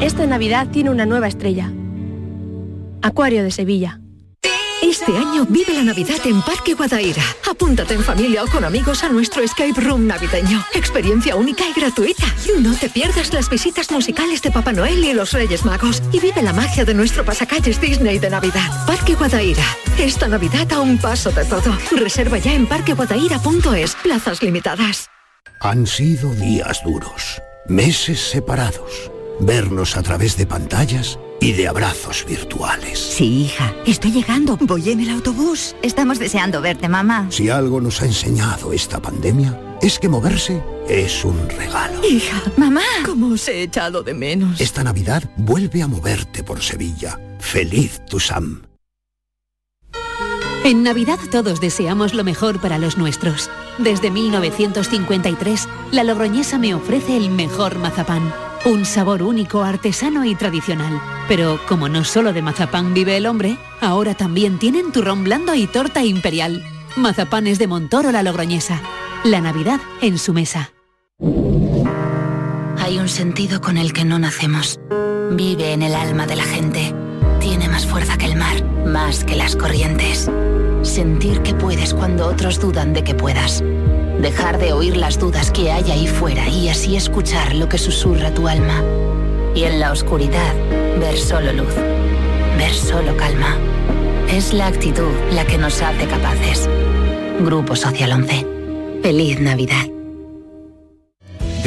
Esta Navidad tiene una nueva estrella. Acuario de Sevilla. Este año vive la Navidad en Parque Guadaira. Apúntate en familia o con amigos a nuestro escape room navideño. Experiencia única y gratuita. No te pierdas las visitas musicales de Papá Noel y los Reyes Magos. Y vive la magia de nuestro pasacalles Disney de Navidad. Parque Guadaira. Esta Navidad a un paso de todo. Reserva ya en parqueguadaira.es. Plazas limitadas. Han sido días duros. Meses separados vernos a través de pantallas y de abrazos virtuales. Sí, hija, estoy llegando, voy en el autobús. Estamos deseando verte, mamá. Si algo nos ha enseñado esta pandemia, es que moverse es un regalo. Hija, mamá. ¿Cómo os he echado de menos? Esta Navidad vuelve a moverte por Sevilla. Feliz tu Sam. En Navidad todos deseamos lo mejor para los nuestros. Desde 1953, la Logroñesa me ofrece el mejor mazapán. Un sabor único, artesano y tradicional. Pero como no solo de mazapán vive el hombre, ahora también tienen turrón blando y torta imperial. Mazapanes de Montoro la Logroñesa. La Navidad en su mesa. Hay un sentido con el que no nacemos. Vive en el alma de la gente. Tiene más fuerza que el mar, más que las corrientes. Sentir que puedes cuando otros dudan de que puedas. Dejar de oír las dudas que hay ahí fuera y así escuchar lo que susurra tu alma. Y en la oscuridad, ver solo luz, ver solo calma. Es la actitud la que nos hace capaces. Grupo Social 11. Feliz Navidad.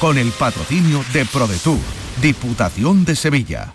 con el patrocinio de ProDetour, Diputación de Sevilla.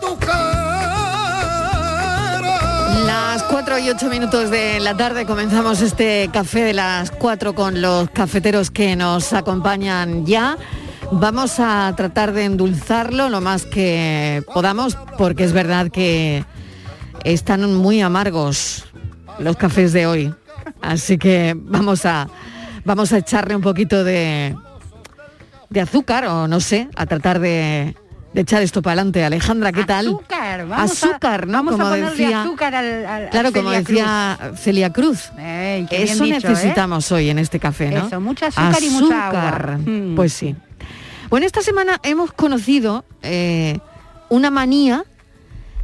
tu cara. Las 4 y 8 minutos de la tarde comenzamos este café de las 4 con los cafeteros que nos acompañan ya. Vamos a tratar de endulzarlo lo más que podamos porque es verdad que están muy amargos los cafés de hoy. Así que vamos a, vamos a echarle un poquito de, de azúcar o no sé, a tratar de, de echar esto para adelante. Alejandra, ¿qué tal? Azúcar, vamos a- azúcar, ¿no? Vamos como a ponerle decía, azúcar al, al- al claro, como Celia decía Celia Cruz. Cruz. Ey, qué bien Eso dicho, ¿eh? necesitamos hoy en este café, ¿no? Eso, mucho azúcar y mucha agua. Azúcar, Mm. Pues sí. Bueno, esta semana hemos conocido eh, una manía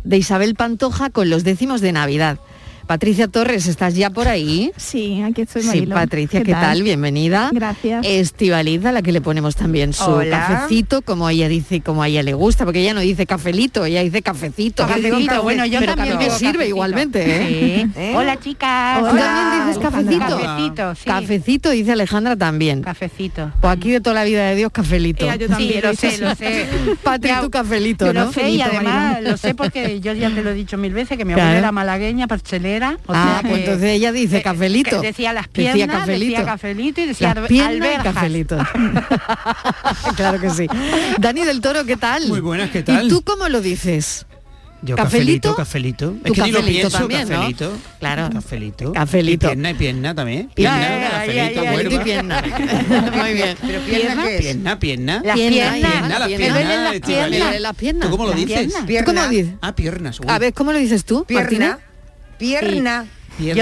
de Isabel Pantoja con los décimos de Navidad. Patricia Torres, ¿estás ya por ahí? Sí, aquí estoy, Sí, Mariló. Patricia, ¿qué, tal? Bienvenida. Gracias. Estivaliza, a la que le ponemos también su Hola. cafecito, como ella dice, como a ella le gusta, porque ella no dice cafelito, ella dice cafecito. Cafecito, bueno, yo Pero también que a mí me digo sirve cafecito. igualmente, ¿eh? Sí. Hola, chicas. ¿Tú Ah, también dices cafecito? Cafecito, sí. Cafecito, dice Alejandra también. Cafecito. Pues aquí de toda la vida de Dios, cafelito. Ella, yo también, Sí, lo lo sé, hice. lo sé. Patri, Ya, tu cafelito, yo ¿no? Lo sé y además lo sé porque yo ya te lo he dicho mil veces que mi Claro. abuela era malagueña, parchelera. o Ah, sea pues que- entonces ella dice que- cafelito. que decía las Decía piernas, decía cafelito, cafelito. y decía Las albe- piernas y alberjas. cafelito. claro que sí. Dani del Toro, ¿qué tal? Muy buenas, ¿qué tal? ¿Y tú cómo lo dices? Yo ¿Cafelito? cafelito, cafelito. Tú Es que ni lo cafelito pienso, también, ¿no? cafelito. Claro. Cafelito. Cafelito. Y pierna y pierna también. Pierna, Pierna, eh, ahí, cafelito, ahí, ahí, cuerva. y pierna. Muy bien. ¿Pero pierna qué es? Pierna, pierna. Las piernas, piernas, las me piernas. duelen las Estivaliz. piernas, me duelen las piernas. ¿Tú cómo lo Las dices? piernas. ¿Tú cómo dices? Ah, piernas. uy. A ver, ¿cómo lo dices tú, Martina? Pierna. Pierna.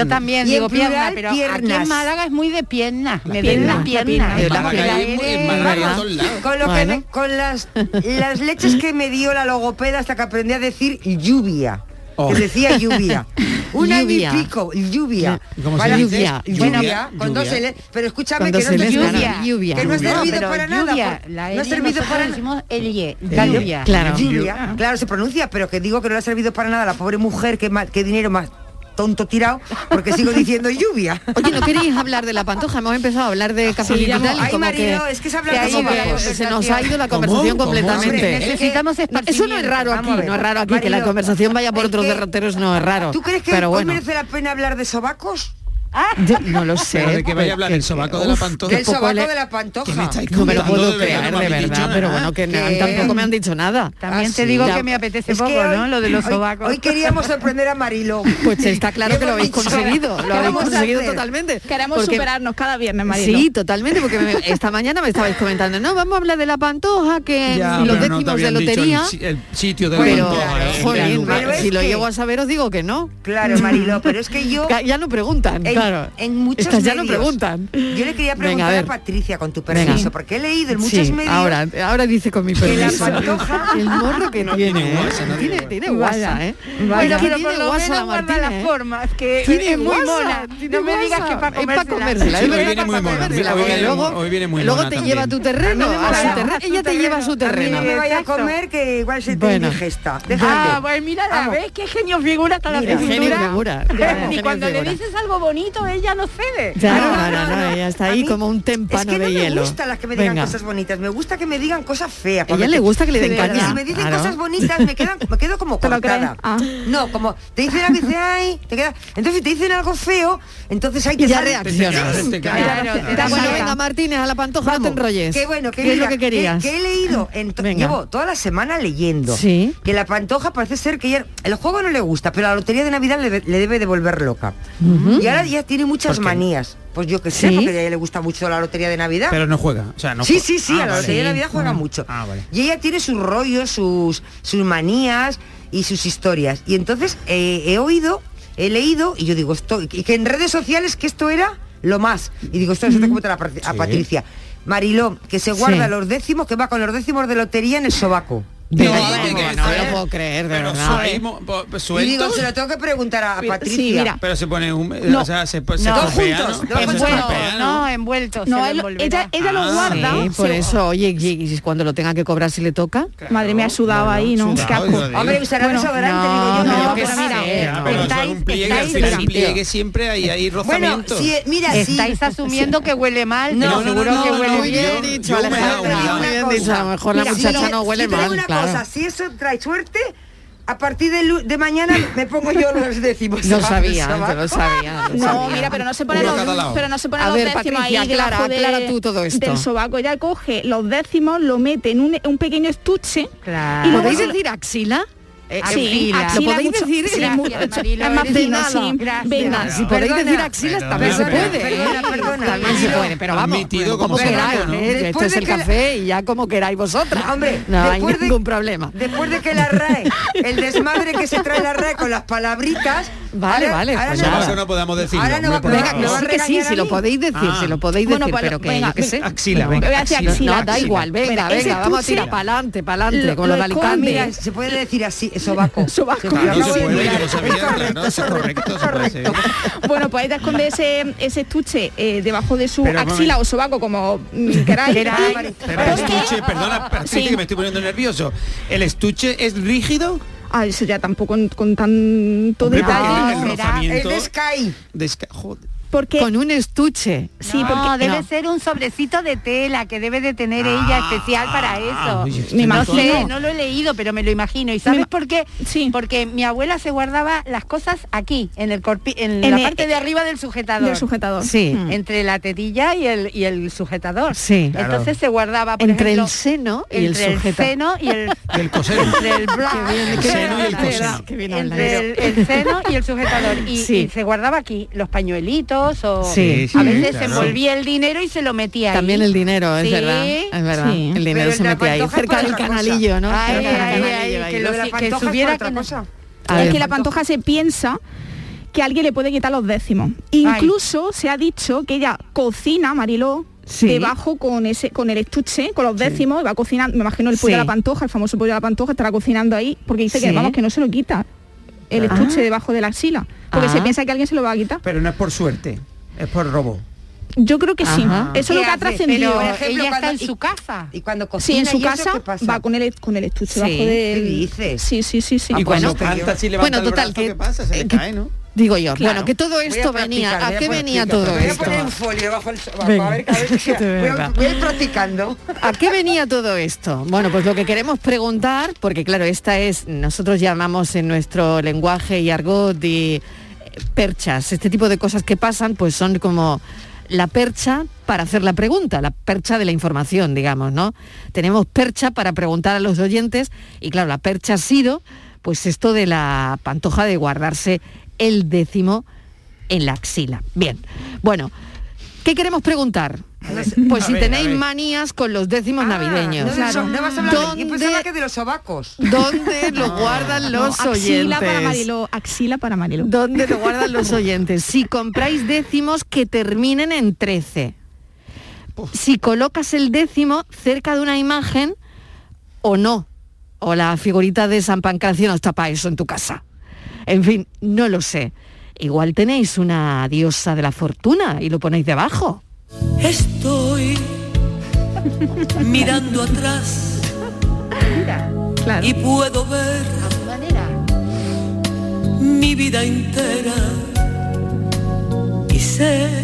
Yo también Y en digo pierna, plural, pero aquí en piernas. Málaga es muy de pierna. Me pierna. vienen las piernas. En Málaga hay- Ah, en Málaga hay a todos lados. Con, lo que me- con las, las leches que me dio la logopeda hasta que aprendí a decir lluvia. Oh. Que decía lluvia. Un año y Lluvia. pico, lluvia. ¿Y cómo se Para- dice? Lluvia. Lluvia, Lluvia, con dos lluvia. L. Pero escúchame Con que dos no, te- Ls, claro. lluvia, que no ha Lluvia. servido No, pero para nada. lluvia, por- la no ha L servido nosotros para decimos L, Claro, lluvia. claro. Lluvia, claro, se pronuncia, pero que digo que no le ha servido para nada a la pobre mujer, que, ma- que dinero más tonto tirado, porque sigo diciendo lluvia. Oye, ¿no queréis hablar de la pantoja? Hemos empezado a hablar de café Sí, y tal, ya hemos- y ay, como Marilo, que, es que se ha hablado que ahí como va, la se conversación. nos ha ido la ¿Cómo? conversación ¿Cómo? completamente. Hombre, necesitamos No, Eso no es raro aquí, Vamos a ver. no es raro aquí, que la Marilo, conversación vaya por otros que- derroteros no es raro. ¿Tú crees que pero hoy bueno, Ah. merece la pena hablar de sobacos? yo no lo sé. Pero de que vaya porque- a hablar el sobaco de la pantoja. Del sobaco de la pantoja. No me lo contando puedo de verdad, creer, no me de habéis dicho verdad, nada. Ah, pero bueno, que no- ¿Qué? tampoco me han dicho nada. También te digo que me apetece poco, hoy- ¿no? Lo de los hoy- sobacos. Hoy, queríamos sorprender a Marilo. Pues está claro que lo habéis conseguido, lo habéis conseguido totalmente. Queremos Porque- superarnos cada viernes, Marilo. Sí, totalmente, porque me- esta mañana me estabais comentando, no, vamos a hablar de la pantoja, que Ya, los pero no te décimos de habían dicho lotería. El, si- el sitio de Pero, la pantoja. eh, jolín, el lugar. si lo llego a saber os digo que no. Claro, Mariló, pero es que yo- Ca- ya no preguntan, En, claro. en muchos Estas ya no medios. preguntan. Yo le quería Venga, preguntar a a, ver. Patricia, con tu Venga. permiso, porque he leído en muchos Sí, medios... Ahora, ahora dice con mi Que la permiso. pantoja- El morro que tiene, ¿eh? tiene, tiene guasa, ¿eh? Pero Pero tiene por lo guasa la menos guarda Martina, las ¿eh? formas, que Tiene es muy guasa, mona. tiene No me digas guasa. que es para Es pa' comérsela. comérsela, es Sí, hoy verdad, viene pa' muy mona, comérsela, hoy porque viene- luego- hoy viene muy Luego mona te también. lleva a tu terreno, A mí me a su mola. terreno, ella te lleva a su terreno. A mí me vaya a comer que igual se te Bueno. indigesta. Ah, Déjate. bueno, mira, la Vamos. ves qué genio figura hasta la Mira, genio figura. figura. Y Genio cuando le figura. dices algo bonito, ella no cede. Ya, Ah, no, no, no, ella está ahí como un Es témpano que no de me hielo. gustan las que me digan Venga. cosas bonitas, me gusta que me digan cosas feas. Ella le gusta que le den De verdad. caña, Si me dicen claro. cosas bonitas me, quedan, me quedo como cortada. Ah. No, como te dicen algo y dices, ay, te queda. Entonces si te dicen algo feo, entonces hay que Y ya reaccionas. Claro, te da bueno, salta. venga, Martínez, a la pantoja no te enrolles. Qué bueno, que ¿Qué es lo mira, que querías? Que, he leído, en to- llevo toda la semana leyendo Sí. que la pantoja parece ser que ya el juego no le gusta, pero la lotería de Navidad le, le debe de volver loca. Y ahora ya tiene muchas manías. Pues yo que sé, ¿Sí? porque a ella le gusta mucho la lotería de Navidad. Pero no juega. O sea, no sí, juega. sí, sí, Ah, a la vale. lotería de Navidad juega Ah, mucho. Ah, vale. Y ella tiene sus rollos, sus, sus manías y sus historias. Y entonces eh, he oído, he leído, y yo digo, esto, y que en redes sociales que esto era lo más. Y digo, esto es otra a, Pat- a Sí. Patricia. Mariló, que se guarda Sí. los décimos, que va con los décimos de lotería en el sobaco. Pero no me lo puedo creer, de Pero verdad. ¿eh? soy mo- po- po- Y digo, Pues sueltos. se lo tengo que preguntar a, a Patricia. Pero se pone un... No. O sea, se, No. se Dos estropea, juntos, ¿no? dos Se juntos. estropea, ¿no? envuelto. No, él- ella, Ah, ella lo guarda. Sí, por eso, oye, y, y cuando lo tenga que cobrar si le toca. Madre mía, sudaba ahí, ¿no? sudado, Qué asco. yo digo. Hombre, usará desodorante, no, digo no, yo, pero yo pero qué mira, sé, Ah, no. pero son Estáis- un pliegue, al estáis final un limpio. pliegue siempre hay, hay Bueno, rozamiento. si, mira, si Estáis asumiendo que huele mal, pero No, no, no, seguro no, que no, huele muy bien. bien dicho, Alejandra, Muy bien dicho, a lo mejor la Mira, muchacha si- no si huele te digo mal, una claro. cosa, si eso trae suerte, a partir de, lu- de mañana me pongo yo los décimos. Lo sabía, yo lo sabía, lo eh, No, sabía. mira, pero no se ponen Uno a los, cada lado. pero no se ponen A los ver, décimos Patricia, ahí aclara- debajo de- aclara tú todo esto. del sobaco. Ella coge los décimos, lo mete en un, un pequeño estuche. Claro. luego ¿Podéis lo- decir axila? Eh, sí, axila. ¿Lo podéis mucho- decir? sí, Gracias, mu- Marilo, es más eres fino, nada. sí. Gracias. Venga. Si podéis Perdona. decir axilas, también se Perdona, puede. perdona, ¿eh? perdona, También se Marilo. puede, pero vamos, Admitido como como queráis. sobaco, ¿no? ¿eh? Que Esto Después es de el que la- café y ya como queráis vosotras. Hombre, no hay después de- ningún problema. Después de que la RAE, el desmadre que se trae la RAE con las palabritas. Vale, ahora- vale, ahora pues no- nada. Eso no podamos decirlo. Ahora no va- hombre, por Venga, que favor. sí, que sí, si lo podéis decir, Ah. si lo podéis decir, Bueno, pues lo- pero que venga, yo qué sé. axila, venga, No, axila, no, da axila. igual, venga, Mira, ese venga, vamos a estuche- tirar para adelante, para adelante, con los de esconde, mira, Alicante. Se puede decir así, sobaco. Sobaco. Claro, se puede, yo lo sabía, claro, eso es correcto, eso puede ser. Bueno, pues ella esconde ese, ese estuche eh, debajo de su Pero, axila mami. o sobaco, como mm, queráis. Ay, Y- Pero el estuche, perdona, Patricia, Sí. que me estoy poniendo nervioso. ¿El estuche es rígido? Ah, eso ya tampoco con, con tanto Hombre, porque detalle. Ah, el rozamiento- Es de Sky. De esca- joder. Porque con un estuche. Sí, No, porque Ah, debe no. ser un sobrecito de tela que debe de tener ella especial para eso. oye, estoy no de acuerdo. sé, no lo he leído, pero me lo imagino. ¿Y sabes por qué? Sí. Porque mi abuela se guardaba las cosas aquí, en el corpi- en, En la el- parte de arriba del sujetador. del sujetador. Sí. Mm. Entre la tetilla y el, y el sujetador. Sí. Claro. Entonces se guardaba por Entre el ejemplo, seno y el entre sujeta- seno y el Y el cosero. entre el bra- El seno y el Entre coseno. el- entre el, el seno y el sujetador y, Sí. y se guardaba aquí los pañuelitos o Sí, sí, a veces claro. se envolvía el dinero y se lo metía También ahí. el dinero, es Sí. verdad. Es verdad. Sí. El dinero Pero se el de metía ahí. Pantoja es Cerca por del otra cosa. canalillo, ¿no? Ay, Cerca ay, del ay, canalillo ahí. que lo- que subiera que no- A es ver. que la pantoja se piensa que alguien le puede quitar los décimos. Incluso se ha dicho que ella cocina, Mariló, Sí. debajo con ese, con el estuche, con los décimos, y va cocinando, me imagino el pollo de Sí. la pantoja, el famoso pollo de la pantoja, estará cocinando ahí, porque dice que Sí. vamos, que no se lo quita el Ah. estuche debajo de la axila. Porque Ah. se piensa que alguien se lo va a quitar. Pero no es por suerte, es por robo. Yo creo que sí. Ajá. Eso es lo ¿Qué que ha hace? trascendido. Pero, Ella está cuando- en su casa. Y cuando Sí, en cocina su y eso, casa ¿qué pasa? va con el con el estuche bajo del Sí, sí, sí, sí. Y cuando canta así levanta bueno, total, el brazo, que- ¿qué pasa? Se le eh, que- cae, ¿no? Digo yo, Claro. bueno, que todo Voy a esto practicar, venía, ¿a voy a qué venía practicar, todo voy a esto? poner Un folio bajo el sobaco, Venga. a ver, a ver qué sea. De Voy a- verdad. voy a ir practicando. ¿A qué venía todo esto? Bueno, pues lo que queremos preguntar, porque claro, esta es, nosotros llamamos en nuestro lenguaje y argot y eh, perchas, este tipo de cosas que pasan, pues son como la percha para hacer la pregunta, la percha de la información, digamos, ¿no? Tenemos percha para preguntar a los oyentes y claro, la percha ha sido, pues esto de la pantoja de guardarse el décimo en la axila. Bien, bueno, ¿qué queremos preguntar? Pues A si ver, a tenéis ver. Ah, manías con los décimos navideños. No, de so- no vas a hablar de, yo ¿Dónde, pensaba que de los sobacos. dónde lo guardan los No, axila oyentes? para Mariló, axila para Mariló. ¿Dónde lo guardan los oyentes? Si compráis décimos que terminen en 13. Si colocas el décimo cerca de una imagen o no. O la figurita de San Pancracio no está para eso en tu casa. En fin, no lo sé. Igual tenéis una diosa de la fortuna y lo ponéis debajo. Estoy mirando atrás y puedo ver mi vida entera y sé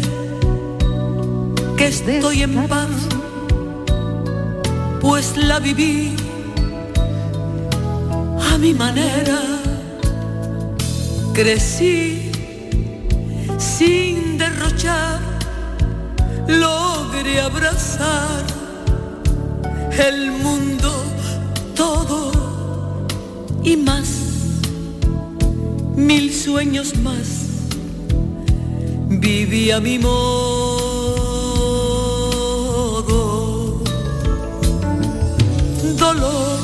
que estoy en paz, pues la viví a mi manera, crecí sin derrochar logre abrazar el mundo todo y más, mil sueños más, viví a mi modo. Dolor,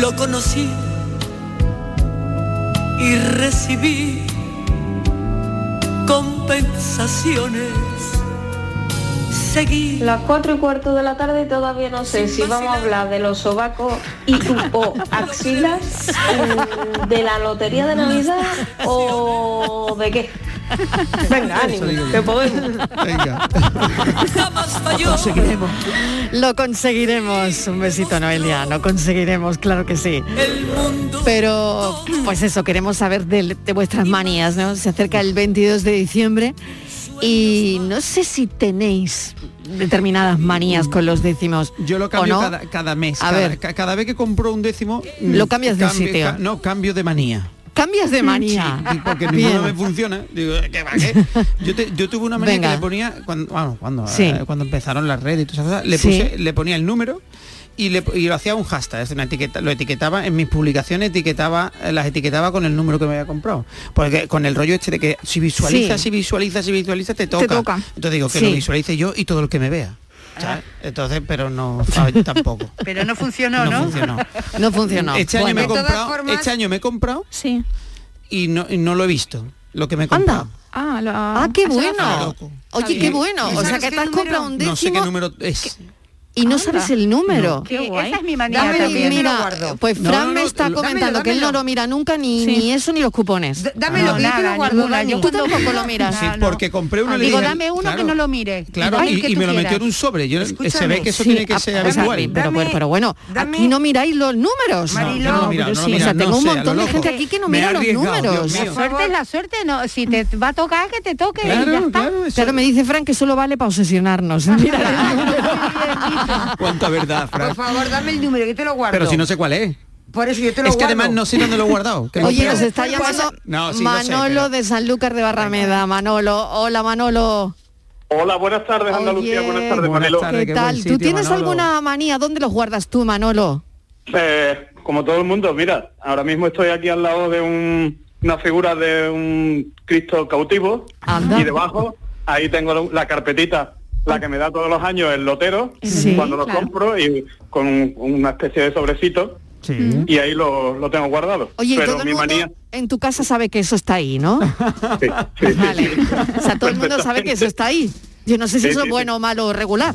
lo conocí y recibí compensaciones. Seguí. Las cuatro y cuarto de la tarde todavía no sé si vamos a hablar de los sobacos y o axilas, mm, de la lotería de Navidad o de qué. Venga, ánimo, que podemos. Lo conseguiremos. Lo conseguiremos. Un besito, Noelia. Lo conseguiremos, claro que sí. Pero, pues eso, queremos saber del- de, vuestras manías, ¿no? Se acerca el 22 de diciembre Y no sé si tenéis determinadas manías con los décimos. Yo lo ¿o cambio no? cada, cada mes. A cada, ver. ca- cada vez que compro un décimo... Lo mm, cambias de cambio- sitio. ca- no, cambio de manía. Cambias de manía. Sí, porque Bien. ninguno me funciona. Digo, ¿qué va, qué? Yo, te- yo tuve una manía Venga. que le ponía cuando, bueno, cuando, Sí. eh, cuando empezaron las redes y todas esas cosas, le, Sí. puse- le ponía el número y, le, y lo hacía un hashtag, es una etiqueta, lo etiquetaba en mis publicaciones, etiquetaba, eh, las etiquetaba con el número que me había comprado. Porque con el rollo este de que si visualizas, Sí. si visualizas, si visualizas, te toca. toca. Entonces digo, que Sí. lo visualice yo y todo el que me vea. ¿sabes? Entonces, pero no fa- tampoco. Pero no funcionó, No ¿no? funcionó. No funcionó. Este año Bueno. me he De todas comprado, formas- este año me he comprado sí. y no, y no lo he visto. Lo que me he comprado. Ah, lo- Ah, qué eso lo hace. bueno. Oye, qué bueno. O sea, que te has comprado un No sé décimo qué número es. y no sabes el número. No. Qué guay. Esa es mi manía Dame, también. mira, pues No, Fran no, me no, está lo- comentando dámelo, que él no dámelo. lo mira nunca ni, Sí. ni eso ni los cupones. dámelo, que yo te lo guardo, Dani. Tú tampoco lo miras. Sí, porque compré Ah, uno y le Digo, dije- dame uno que claro, no lo mire. Claro, Digo, el y, que y tú me lo metió en quieras. un sobre. Yo, eh, se ve que eso Sí, tiene a- que ser a pesar de- habitual. pero, pero, pero bueno, aquí no miráis los números. No, yo no lo miro, no lo o sea, miro, tengo no un sé, a lo montón de loco. gente aquí que no Me he mira los arriesgado, números. Dios La suerte es la suerte, no. Si te va a tocar, que te toque. y ya está. Claro, me dice Fran que solo vale para obsesionarnos. Mira, Ah, Cuánta verdad, Fran. Por favor, dame el número, que te lo guardo. Pero si no sé cuál es. Por eso yo te lo es que guardo. además no sé dónde lo he guardado. que lo Oye, pierdo. nos está llamando No, sí, lo sé, Manolo de Sanlúcar de Barrameda. Manolo, hola Manolo. Hola, buenas tardes Andalucía, buenas tardes Manolo. ¿Qué tal? ¿Tú tienes alguna manía? ¿Dónde los guardas tú, Manolo? Eh, como todo el mundo, mira, ahora mismo estoy aquí al lado de un- una figura de un Cristo cautivo y debajo ahí tengo la- la carpetita, la que me da todos los años el lotero Sí, cuando lo claro. compro y con un- una especie de sobrecito y ahí lo, lo tengo guardado. Mm. Oye, ¿y Pero todo el mi mundo manía, en tu casa sabe que eso está ahí, ¿no? Vale. O sea, todo el mundo sabe que eso está ahí. Yo no sé si Sí, eso sí, es bueno o malo o regular.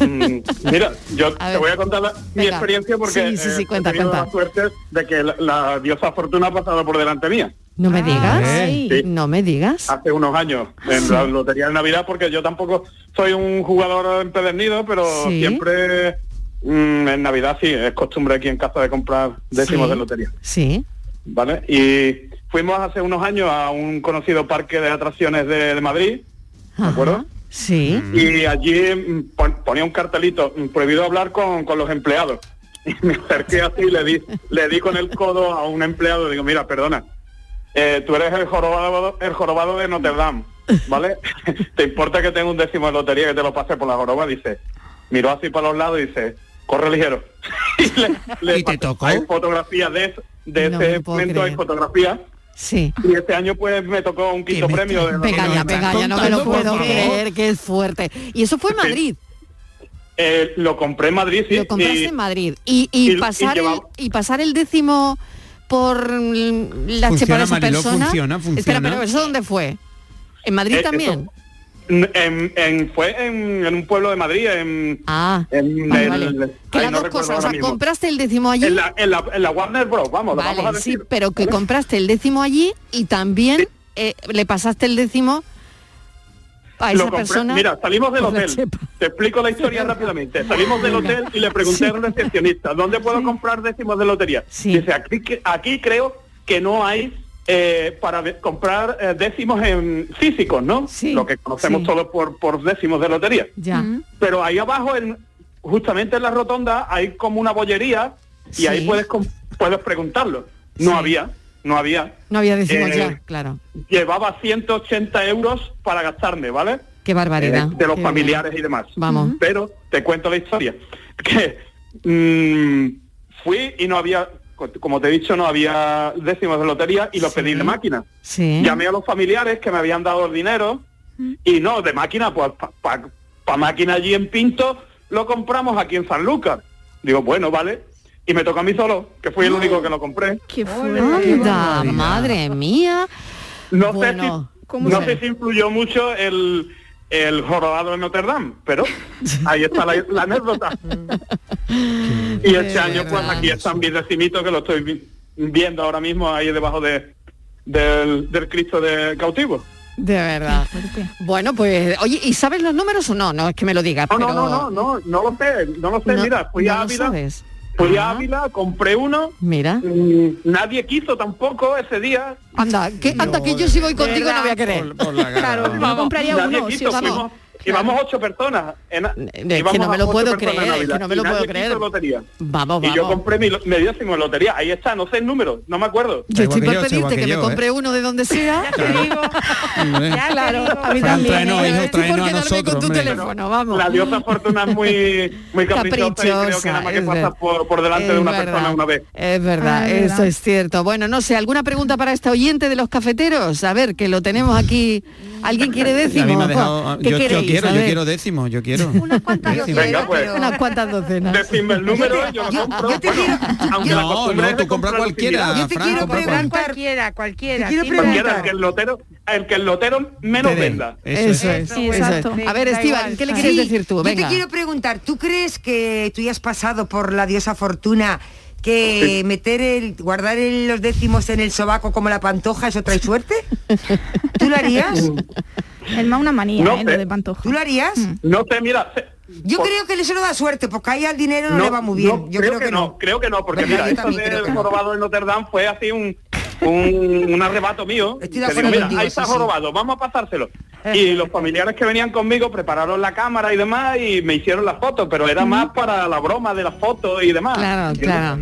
Mm, Mira, yo te voy a contar la- mi venga. experiencia porque Sí, sí, sí, eh, cuenta, he tenido cuenta. la suerte de que la, la diosa Fortuna ha pasado por delante mía. No Ah, me digas. Sí. No me digas. Hace unos años, en la lotería de Navidad, porque yo tampoco soy un jugador empedernido, pero Sí. siempre mm, en Navidad sí, es costumbre aquí en casa de comprar décimos Sí. de lotería. Sí. ¿vale? Y fuimos hace unos años a un conocido parque de atracciones de, de Madrid, ¿De acuerdo? Sí. y allí mm, pon- ponía un cartelito, mm, prohibido hablar con, con los empleados. Y me acerqué así y le di, le di con el codo a un empleado. Digo, mira, perdona, eh, tú eres el jorobado, el jorobado de Notre Dame, ¿vale? ¿Te importa que tenga un décimo de lotería que te lo pase por la joroba? Dice, miró así para los lados y dice, corre ligero. y le, te tocó. Hay fotografías de, es- de No ese me puedo momento, hay creer. fotografías. Sí. Y este año pues me tocó un quinto premio. de Venga ya, Notre Dame. venga ya, no me Contando, lo por puedo favor. creer, que es fuerte. Y eso fue en Sí. Madrid, Eh, lo compré en Madrid, sí. lo compraste y- en Madrid. Y, y- y y pasar el, llevaba- y pasar el décimo por mm, la Funciona, por esa Mariló, persona. funciona, funciona. Espera, pero ¿eso dónde fue? ¿En Madrid Eh, eso- también? En, en- fue en, en un pueblo de Madrid, en... Ah, en vale, el- vale. Que ay, las no dos recuerdo cosas, o ahora sea, mismo. compraste el décimo allí. En la, en la- en la Warner Bros, vamos, Vale, vamos a sí, decir. pero que compraste el décimo allí y también eh, le pasaste el décimo a Lo esa compré- persona. Mira, salimos del por la hotel. chepa. Te explico la historia rápidamente. Salimos del hotel y le pregunté a un recepcionista, ¿dónde puedo comprar décimos de lotería? Dice, aquí, que- aquí creo que no hay eh, para de- comprar eh, décimos en físicos, ¿no? Lo que conocemos solo por, por décimos de lotería. Ya. Pero ahí abajo, en, justamente en la rotonda, hay como una bollería y Sí. ahí puedes, com- puedes preguntarlo. No había, no había. No había décimos Eh, ya, claro. Llevaba 180 euros para gastarme, ¿vale? Qué barbaridad. Eh, de los Qué familiares y demás. Vamos. Pero te cuento la historia. Que mm, fui y no había, co- como te he dicho, no había décimos de lotería y lo pedí de máquina. Sí. Llamé a los familiares que me habían dado el dinero y no, de máquina, pues para máquina allí en Pinto lo compramos aquí en Sanlúcar. Digo, bueno, vale. Y me tocó a mí solo, que fui el único que lo compré. Anda, madre mía. No Bueno, sé si, ¿cómo no se- sé si influyó mucho el, el jorobado de Notre Dame, pero ahí está la, la anécdota. y este año, pues aquí están mis decimitos que lo estoy vi- viendo ahora mismo ahí debajo de, del, del Cristo de cautivo. De verdad. Bueno, pues, oye, ¿y sabes los números o no? No es que me lo digas. No, no, pero- no, no, no, no lo sé, no lo sé. No, Mira, fui no a lo Ávila, sabes. Fui a Ávila, compré uno. Mira. Mm, Nadie quiso tampoco ese día. Anda, que, anda, que yo si voy contigo no voy a querer. Claro, yo compraría nadie uno, sí, quiso, vamos. fuimos- Íbamos ocho personas. en- que íbamos no me a lo ocho puedo personas en creer, Navidad que no me y lo nadie puedo quiso creer. lotería. Vamos, Y yo vamos. compré mi, lo- me décimo en lotería. Ahí está, no sé el número, no me acuerdo. Yo estoy para pedirte ¿eh? que me ¿eh? compre uno de donde sea. claro, a mí Fran, también. tráenos, ¿eh? hijo, tráenos Estoy por a quedarme nosotros, con tu hombre. teléfono, vamos. La diosa fortuna es muy, muy caprichosa, y creo que nada Caprichosa, más que es pasa verdad. por, por delante de Es una verdad. persona una vez. Es verdad, Ah, es eso verdad. es cierto. Bueno, no sé, ¿alguna pregunta para esta oyente de los cafeteros? A ver, que lo tenemos aquí. ¿Alguien quiere Y a mí décimo? me ha dejado- ¿Qué yo, yo queréis? quiero, A yo ver. quiero décimo, yo quiero. Venga, pues. Unas cuantas docenas. Decime el número, yo lo compro. Bueno, aunque la No, costumbre no, es tú de compra comprar cualquiera, infinidad. Fran, compra Comprar cualquiera, cualquiera. Cualquiera, sí, el que el lotero, el que el lotero menos venda. Eso es, Sí, eso exacto. es. A ver, Esteban, ¿qué le quieres Sí, decir tú? Yo Venga. te quiero preguntar, ¿tú crees que tú ya has pasado por la diosa fortuna que meter el, guardar el- los décimos en el sobaco como la pantoja, eso trae suerte? ¿Tú lo harías? Es más una manía, No ¿eh? sé. Lo de pantoja. Mm. ¿Tú lo harías? No sé, mira, se- Yo creo que eso no da suerte, porque ahí al dinero no, le va muy bien. no, yo creo, que, no. creo que no, porque Venga, yo mira, esto también creo que de no. jorobado en Notre Dame fue así un, un, un arrebato mío. Estoy de que acuerdo digo, mira, contigo, ahí está sí, sí. jorobado, vamos a pasárselo. Y los familiares que venían conmigo prepararon la cámara y demás y me hicieron las fotos, pero era más para la broma de las fotos y demás. Claro, claro.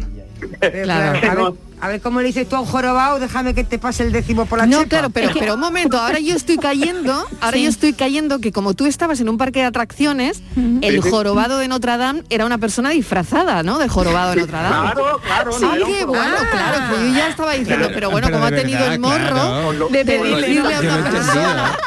Pero, claro, Que no- A, ver, a ver cómo le dices tú a un jorobado, déjame que te pase el décimo por la No, chepa. claro, pero, pero un momento, ahora yo estoy cayendo, ahora Sí. yo estoy cayendo que como tú estabas en un parque de atracciones, el Sí, sí. jorobado de Notre Dame era una persona disfrazada, ¿no? De jorobado de Notre Dame. Claro, claro, Sí, no, era un qué bueno, jorobado. claro, que yo ya estaba diciendo, Claro, pero bueno, pero como ha de tenido verdad, el morro claro. Por lo- de por lo decirle a de- Yo una no entendía. persona.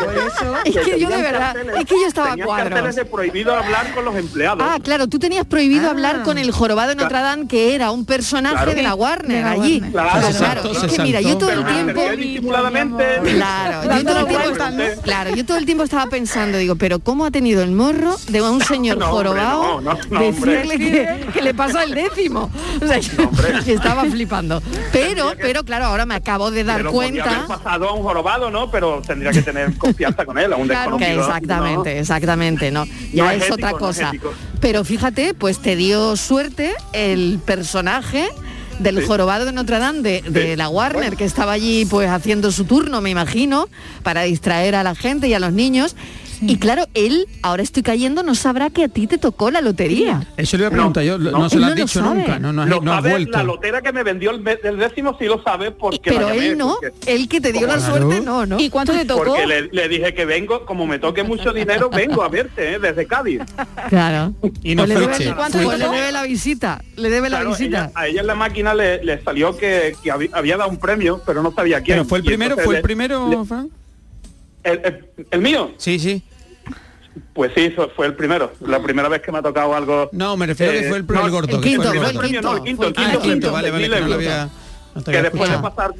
Es que yo de verdad, es que yo estaba a Tenían carteles cuadros. de prohibido hablar con los empleados. Ah, claro, tú tenías prohibido hablar con el jorobado de Notre Dame, que era un personaje Claro. de la Warner De la allí. Warner. Claro, Claro, se claro. saltó, Es se que mira, yo saltó. todo el Pero tiempo. me atreví disimuladamente. Claro, yo todo el Dando tiempo, vueltas, ¿no? claro, yo todo el tiempo estaba pensando, digo, pero ¿cómo ha tenido el morro de un señor No, hombre, jorobado no, no, no, hombre. decirle que, que le pasa el décimo? O sea, yo estaba flipando. Pero, pero claro, ahora me acabo de dar Pero podía cuenta. haber pasado a un jorobado, ¿no? Pero tendría que tener confianza con él, a un Claro que desconocido. exactamente, exactamente, no. Ya No es, es ético, otra no es cosa. ético. Pero fíjate, pues te dio suerte el personaje del Sí. jorobado de Notre Dame de, de la Warner que estaba allí pues haciendo su turno, me imagino, para distraer a la gente y a los niños. Y claro, él, ahora estoy cayendo, no sabrá que a ti te tocó la lotería. Eso le iba a preguntar yo, no, se Él lo no has lo dicho sabe. nunca, no, no, has- Lo no has sabe vuelto. La lotera que me vendió el, ve- el décimo sí lo sabe porque Pero la llamé, él no, porque- él que te dio la Claro. suerte, no, ¿no? ¿Y cuánto te Porque le, le dije que vengo, como me toque mucho dinero, vengo a verte, ¿eh? desde Cádiz. Claro. Y no Pues le fuiste. debe- ¿Y cuánto pues te le tocó? debe la visita, le debe la Claro, visita. ella- a ella en la máquina le, le salió que, que habi- había dado un premio, pero no sabía quién. ¿Pero fue el Y primero? entonces ¿Fue el le- primero, le- Fran? el, el- el mío? Sí, sí. Pues sí, eso fue el primero. La primera vez que me ha tocado algo... eh, No, me refiero a que fue el- el gordo, El que fue quinto, el fue el gordo. premio, no, el quinto. quinto, el Ah, el quinto, fue el quinto, de vale, vale, 1000 que no lo euros. había- no te que había después de escuchado. pasar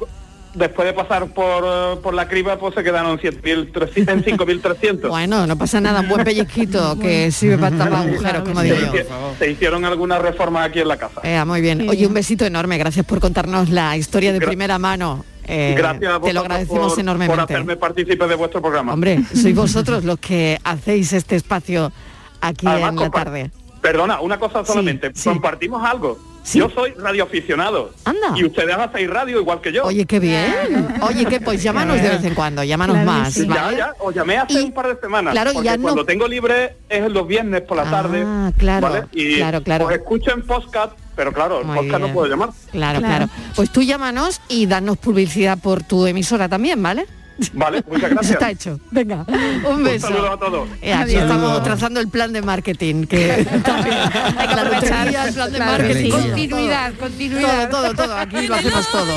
después de pasar por, eh, por la criba pues se quedaron en 7.300 en 5.300 Bueno, no pasa nada, un buen pellizquito que sirve para tapar agujeros, como digo yo. se, hici- se hicieron algunas reformas aquí en la casa Eh, muy bien. Oye, un besito enorme. Gracias por contarnos la historia de Gra- primera mano. Eh, gracias a te lo vosotros agradecemos por, enormemente. por hacerme partícipe de vuestro programa Hombre, sois vosotros los que hacéis este espacio aquí Además, en la compa- tarde. perdona una cosa solamente compartimos algo yo soy radioaficionado Anda. y ustedes hacéis radio igual que yo Oye, qué bien. Oye, que pues llámanos de vez en cuando, llámanos más. ya, ¿vale? ya, os llamé hace un par de semanas. claro, porque ya no- Ah, cuando tengo libre es los viernes por la tarde. claro, Y claro, claro. Os escucho en podcast, pero claro, en podcast no bien. puedo llamar. Claro, claro. Pues tú llámanos y danos publicidad por tu emisora también, ¿vale? Vale, muchas gracias. Está hecho. Venga, un beso. saludo a todos. Eh, aquí Adiós. estamos Saludo. trazando el plan de marketing que hay que aprovechar el plan de Claro, marketing. continuidad, continuidad. Todo, todo, todo. Aquí lo hacemos todo.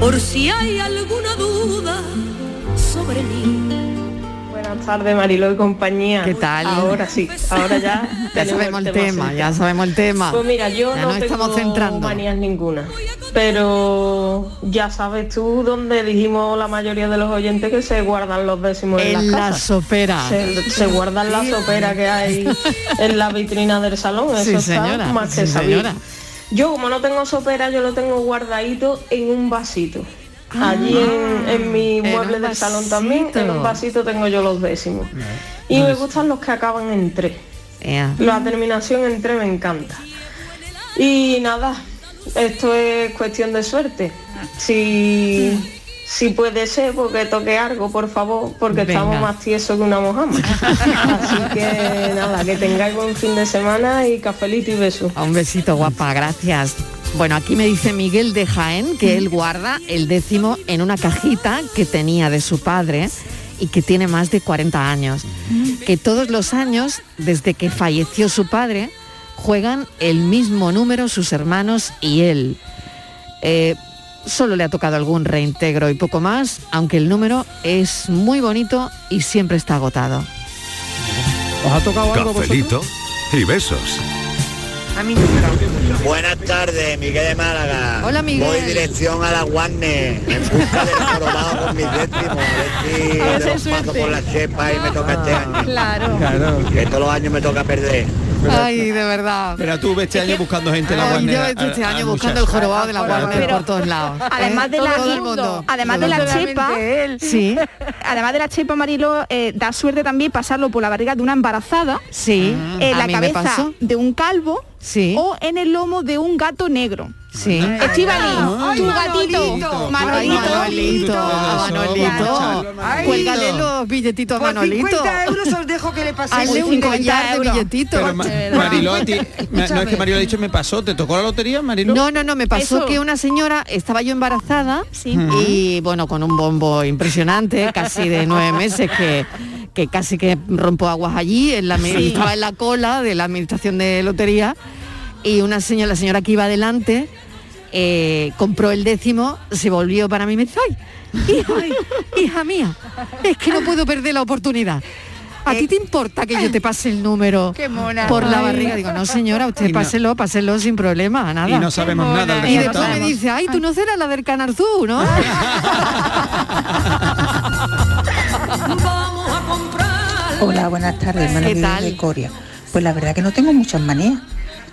Por si hay alguna duda sobre mí. Buenas tardes, Marilo y compañía. ¿Qué tal? Ahora sí, ahora ya. Ya tenemos sabemos el tema, central. ya sabemos el tema. Pues mira, yo Ya no nos tengo estamos centrando. manías ninguna, pero ya sabes tú donde dijimos la mayoría de los oyentes que se guardan los décimos en, En las la casas. sopera. Se, se guardan la sopera que hay en la vitrina del salón, Sí, eso señora, está más que sí, sabido. señora. Yo como no tengo sopera, yo lo tengo guardadito en un vasito. Allí en, en mi Ah. en mueble un del salón también, en vasito. un vasito tengo yo los décimos. Y me gustan los que acaban en tres. Ea. La terminación entre me encanta. Y nada, esto es cuestión de suerte. Si, si puede ser, porque toque algo, por favor, porque Venga. estamos más tiesos que una mojama. Así que nada, que tengáis buen fin de semana y cafelito y beso. Ah, Un besito guapa, gracias. Bueno, aquí me dice Miguel de Jaén que él guarda el décimo en una cajita que tenía de su padre y que tiene más de 40 años. Que todos los años, desde que falleció su padre, juegan el mismo número sus hermanos y él. Eh, solo le ha tocado algún reintegro y poco más, aunque el número es muy bonito y siempre está agotado. ¿Os ha tocado algo Cafelito y besos. Buenas tardes, Miguel de Málaga. Hola, Miguel. Voy dirección a la Warner en busca del jorobado con mis décimos. A ver si A ver si me hay los paso suerte. por la chepa y me toca este año. Claro. Que todos los años me toca perder. Ay, de verdad. Pero tú ves este año buscando gente en la Ay, guardia. yo este año buscando el jorobado de la Warner por todos lados. Además ¿eh? de la, Todo el mundo. además de Todo la el mundo. chepa, Sí. además de la chepa Marilo, eh, da suerte también pasarlo por la barriga de una embarazada, Sí, en a la mí me cabeza pasó. de un calvo Sí. o en el lomo de un gato negro. Sí. Estivali, tu gatito, Manolito, Manolito, Manolito. Cuélgale los billetitos a Manolito. 50 euros os dejo que le paséis. Hazle un 50 collar de euros. billetitos. Pero Ma- Mariló, a ti- ma- no es que Escúchame. Mariló ha dicho me pasó, ¿te tocó la lotería, Mariló? No, no, no, me pasó Eso. que una señora, estaba yo embarazada Ujú. y bueno, con un bombo impresionante, casi de nueve meses, que, que casi que rompo aguas allí, en la, me- Sí. estaba en la cola de la administración de lotería y una señora, la señora que iba adelante, eh, compró el décimo, se volvió para mí y me dice, ¡ay! Hija, hija mía, es que no puedo perder la oportunidad. ¿A ti te importa que yo te pase el número Qué mona. por la Ay. barriga? Digo, no señora, Y usted no- páselo, páselo sin problema, nada. Y no sabemos Qué nada del Y resultado. después me dice, ay, tú no serás la del Canarzú, ¿no? Vamos a comprar. Hola, buenas tardes, ¿Qué Manuel tal? de Coria. Pues la verdad que no tengo muchas manías.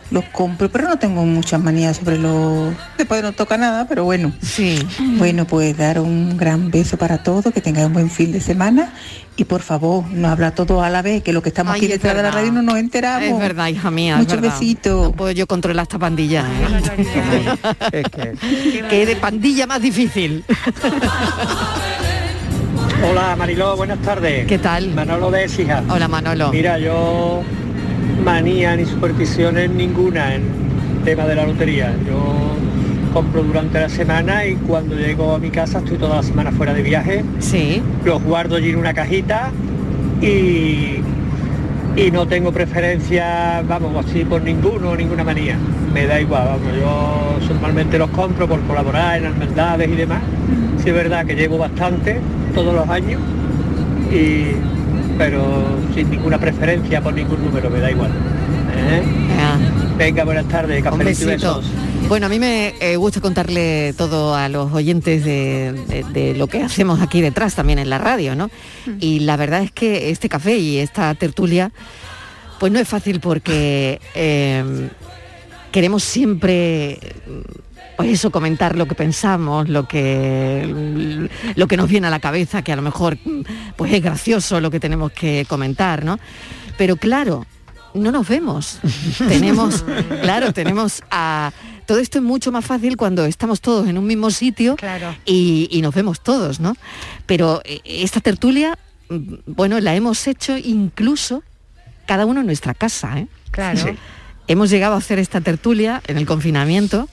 Los compro, pero no tengo muchas manías sobre los... Después no toca nada, pero bueno. Sí. Bueno, pues dar un gran beso para todos, que tengáis un buen fin de semana y por favor, no habla todo a la vez, que lo que estamos Ay, aquí es detrás de la verdad. radio no nos enteramos. Es verdad, hija mía. es Muchos verdad. besitos. No puedo yo controlar esta pandilla. ¿eh? que de pandilla más difícil. Hola Mariló, buenas tardes. ¿Qué tal? Manolo de Écija. Hola Manolo. Mira, yo manía ni supersticiones ninguna en tema de la lotería. Yo compro durante la semana y cuando llego a mi casa estoy toda la semana fuera de viaje. Sí. Los guardo allí en una cajita y, y no tengo preferencia, vamos, así por ninguno, ninguna manía. Me da igual, vamos, yo normalmente los compro por colaborar en hermandades y demás. Sí es verdad que llevo bastante todos los años y pero sin ninguna preferencia por ningún número, me da igual. ¿eh? Venga, buenas tardes, Ah. Un cafelito y besito. besos. Bueno, a mí me eh, gusta contarle todo a los oyentes de, de- de lo que hacemos aquí detrás también en la radio, ¿no? Y la verdad es que este café y esta tertulia, pues no es fácil porque eh, queremos siempre, pues eso, comentar lo que pensamos, lo que, lo que nos viene a la cabeza, que a lo mejor pues es gracioso lo que tenemos que comentar, ¿no? Pero claro, no nos vemos. tenemos, claro, tenemos a... Todo esto es mucho más fácil cuando estamos todos en un mismo sitio y, y nos vemos todos, ¿no? Pero eh, esta tertulia, mm, bueno, la hemos hecho incluso cada uno en nuestra casa, ¿eh? Claro. Hemos llegado a hacer esta tertulia en el confinamiento,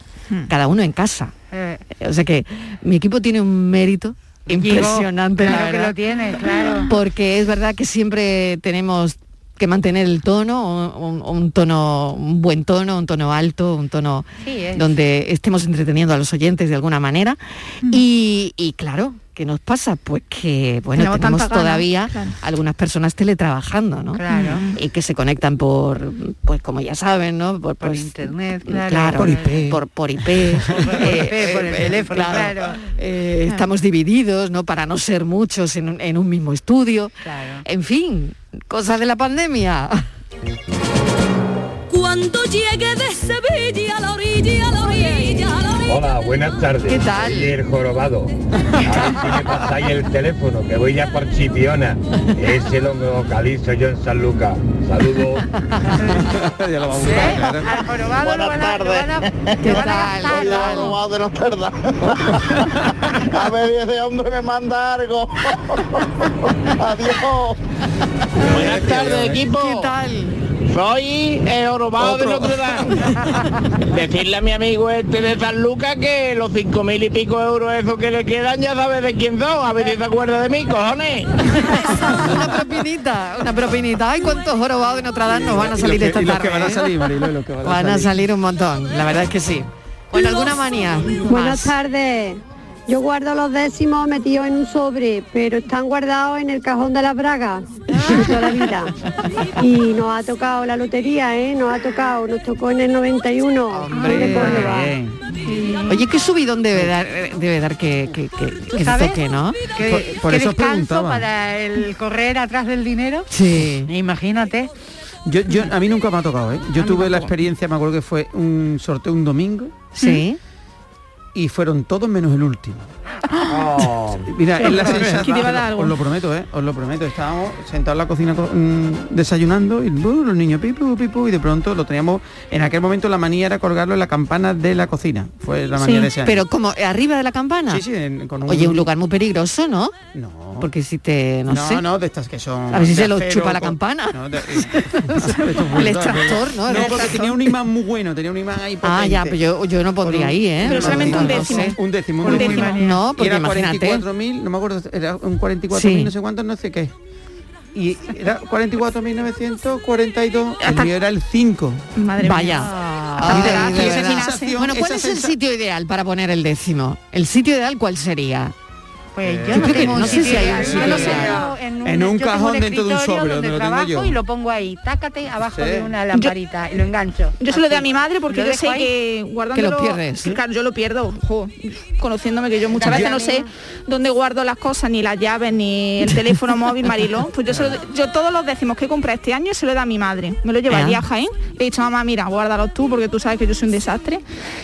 cada uno en casa. Eh, O sea que mi equipo tiene un mérito impresionante, Claro la que verdad. lo tiene, claro. Porque es verdad que siempre tenemos que mantener el tono, un, un- un tono, un buen tono, un tono alto, un tono Sí, es. donde estemos entreteniendo a los oyentes de alguna manera. Mm. Y, y claro, ¿qué nos pasa? Pues que bueno, Tenemos tenemos tanta gana, todavía claro. algunas personas teletrabajando, ¿no? Mm. Claro. Y que se conectan por, pues como ya saben, ¿no? Por, pues, internet, claro, claro. por IP. Por, por IP. eh, IP, por el eh, teléfono, claro. Eh, Estamos divididos, ¿no? Para no ser muchos en un, en un mismo estudio. En fin, cosas de la pandemia. Cuando llegue de Sevilla a la orilla, a la orilla, a la orilla. Hola, buenas tardes. ¿Qué tal? Soy el jorobado. A ver si me pasáis el teléfono, que voy ya por Chipiona. Ese lo me vocalizo yo en San Lucas. Saludos. ya lo vamos ¿Eh? a buscar, Al jorobado lo van a- lo van a- ¿Qué tal? Soy el abogado de las perlas. A ver si ese hombre me manda algo. Adiós. Buenas tardes, equipo. ¿Qué tal? Soy el jorobado de Notre Dame. Decirle a mi amigo este de San Lucas que los cinco mil y pico euros esos que le quedan ya sabes de quién son. A ver si se acuerda de mí, cojones. una propinita, una propinita. Ay, cuántos jorobados de Notre Dame nos van a Y salir los que- esta y los que tarde. van a ¿eh? salir, Marilo, y los que van a Van a salir. salir un montón, la verdad es que sí. Bueno, alguna manía. Buenas tardes. Yo guardo los décimos metidos en un sobre, pero están guardados en el cajón de las bragas de toda la vida. Y nos ha tocado la lotería, ¿eh? Nos ha tocado, nos tocó en el 91. Hombre, de Córdoba. Oye, qué subidón debe dar, eh, debe dar que, que, que, que te sabes? toque, ¿no? Que, que descanso para el correr atrás del dinero. Sí. Imagínate. Yo, yo- a mí nunca me ha tocado, ¿eh? Yo tuve la experiencia, me acuerdo que fue un sorteo un domingo. Sí. Y fueron todos menos el último. Oh. Mira, Qué es la horror. sensación. Que te iba a dar os algo. lo- Os lo prometo, ¿eh? Os lo prometo. Estábamos sentados en la cocina co- mm, desayunando y uh, los niños pipu, pipu, y de pronto lo teníamos. En aquel momento la manía era colgarlo en la campana de la cocina. Fue la manía de ese año. Pero como eh, arriba de la campana. Sí, sí, en- con un- Oye, un lugar muy peligroso, ¿no? No. Porque si te, no, no, sé. no, de estas que son. A ver si de se lo acero, chupa la con- campana. No, de- El extractor, ¿no? El porque extractor. tenía un imán muy bueno, tenía un imán ahí potente. Ah, ya, pero yo, yo no pondría Con un- ahí, ¿eh? Pero No, solamente no, un no décimo. sé. Un décimo, un Un décimo. décimo. No, Y porque era imagínate. 44.000, no me acuerdo, era un 44.000, Sí. no sé cuánto, no sé qué. Y era 44.942, el mío era el 5. Madre Vaya. Ah, Ay, Mira, de esa verdad. sensación, Bueno, ¿cuál esa es el sensa- sitio ideal para poner el décimo? ¿El sitio ideal cuál sería? Pues Yo creo que no sé si hay un sitio lo ideal. tengo en un, En un yo tengo cajón dentro de un escritorio donde sobre, donde lo tengo trabajo yo. y lo pongo ahí. Tácate abajo Sí. de una lamparita y lo engancho. Yo se lo doy Así. a mi madre porque Lo yo dejo sé ahí. que guardándolo... Que lo pierdes. Claro, yo lo pierdo. jo. Conociéndome que yo muchas Yo- veces no sé dónde guardo las cosas, ni las llaves, ni el teléfono móvil, Marilón. Pues yo, se lo- yo todos los décimos que compré este año se lo he dado a mi madre. Me lo lleva Ah. allí a Jaén. Le he dicho, mamá, mira, guárdalos tú porque tú sabes que yo soy un desastre.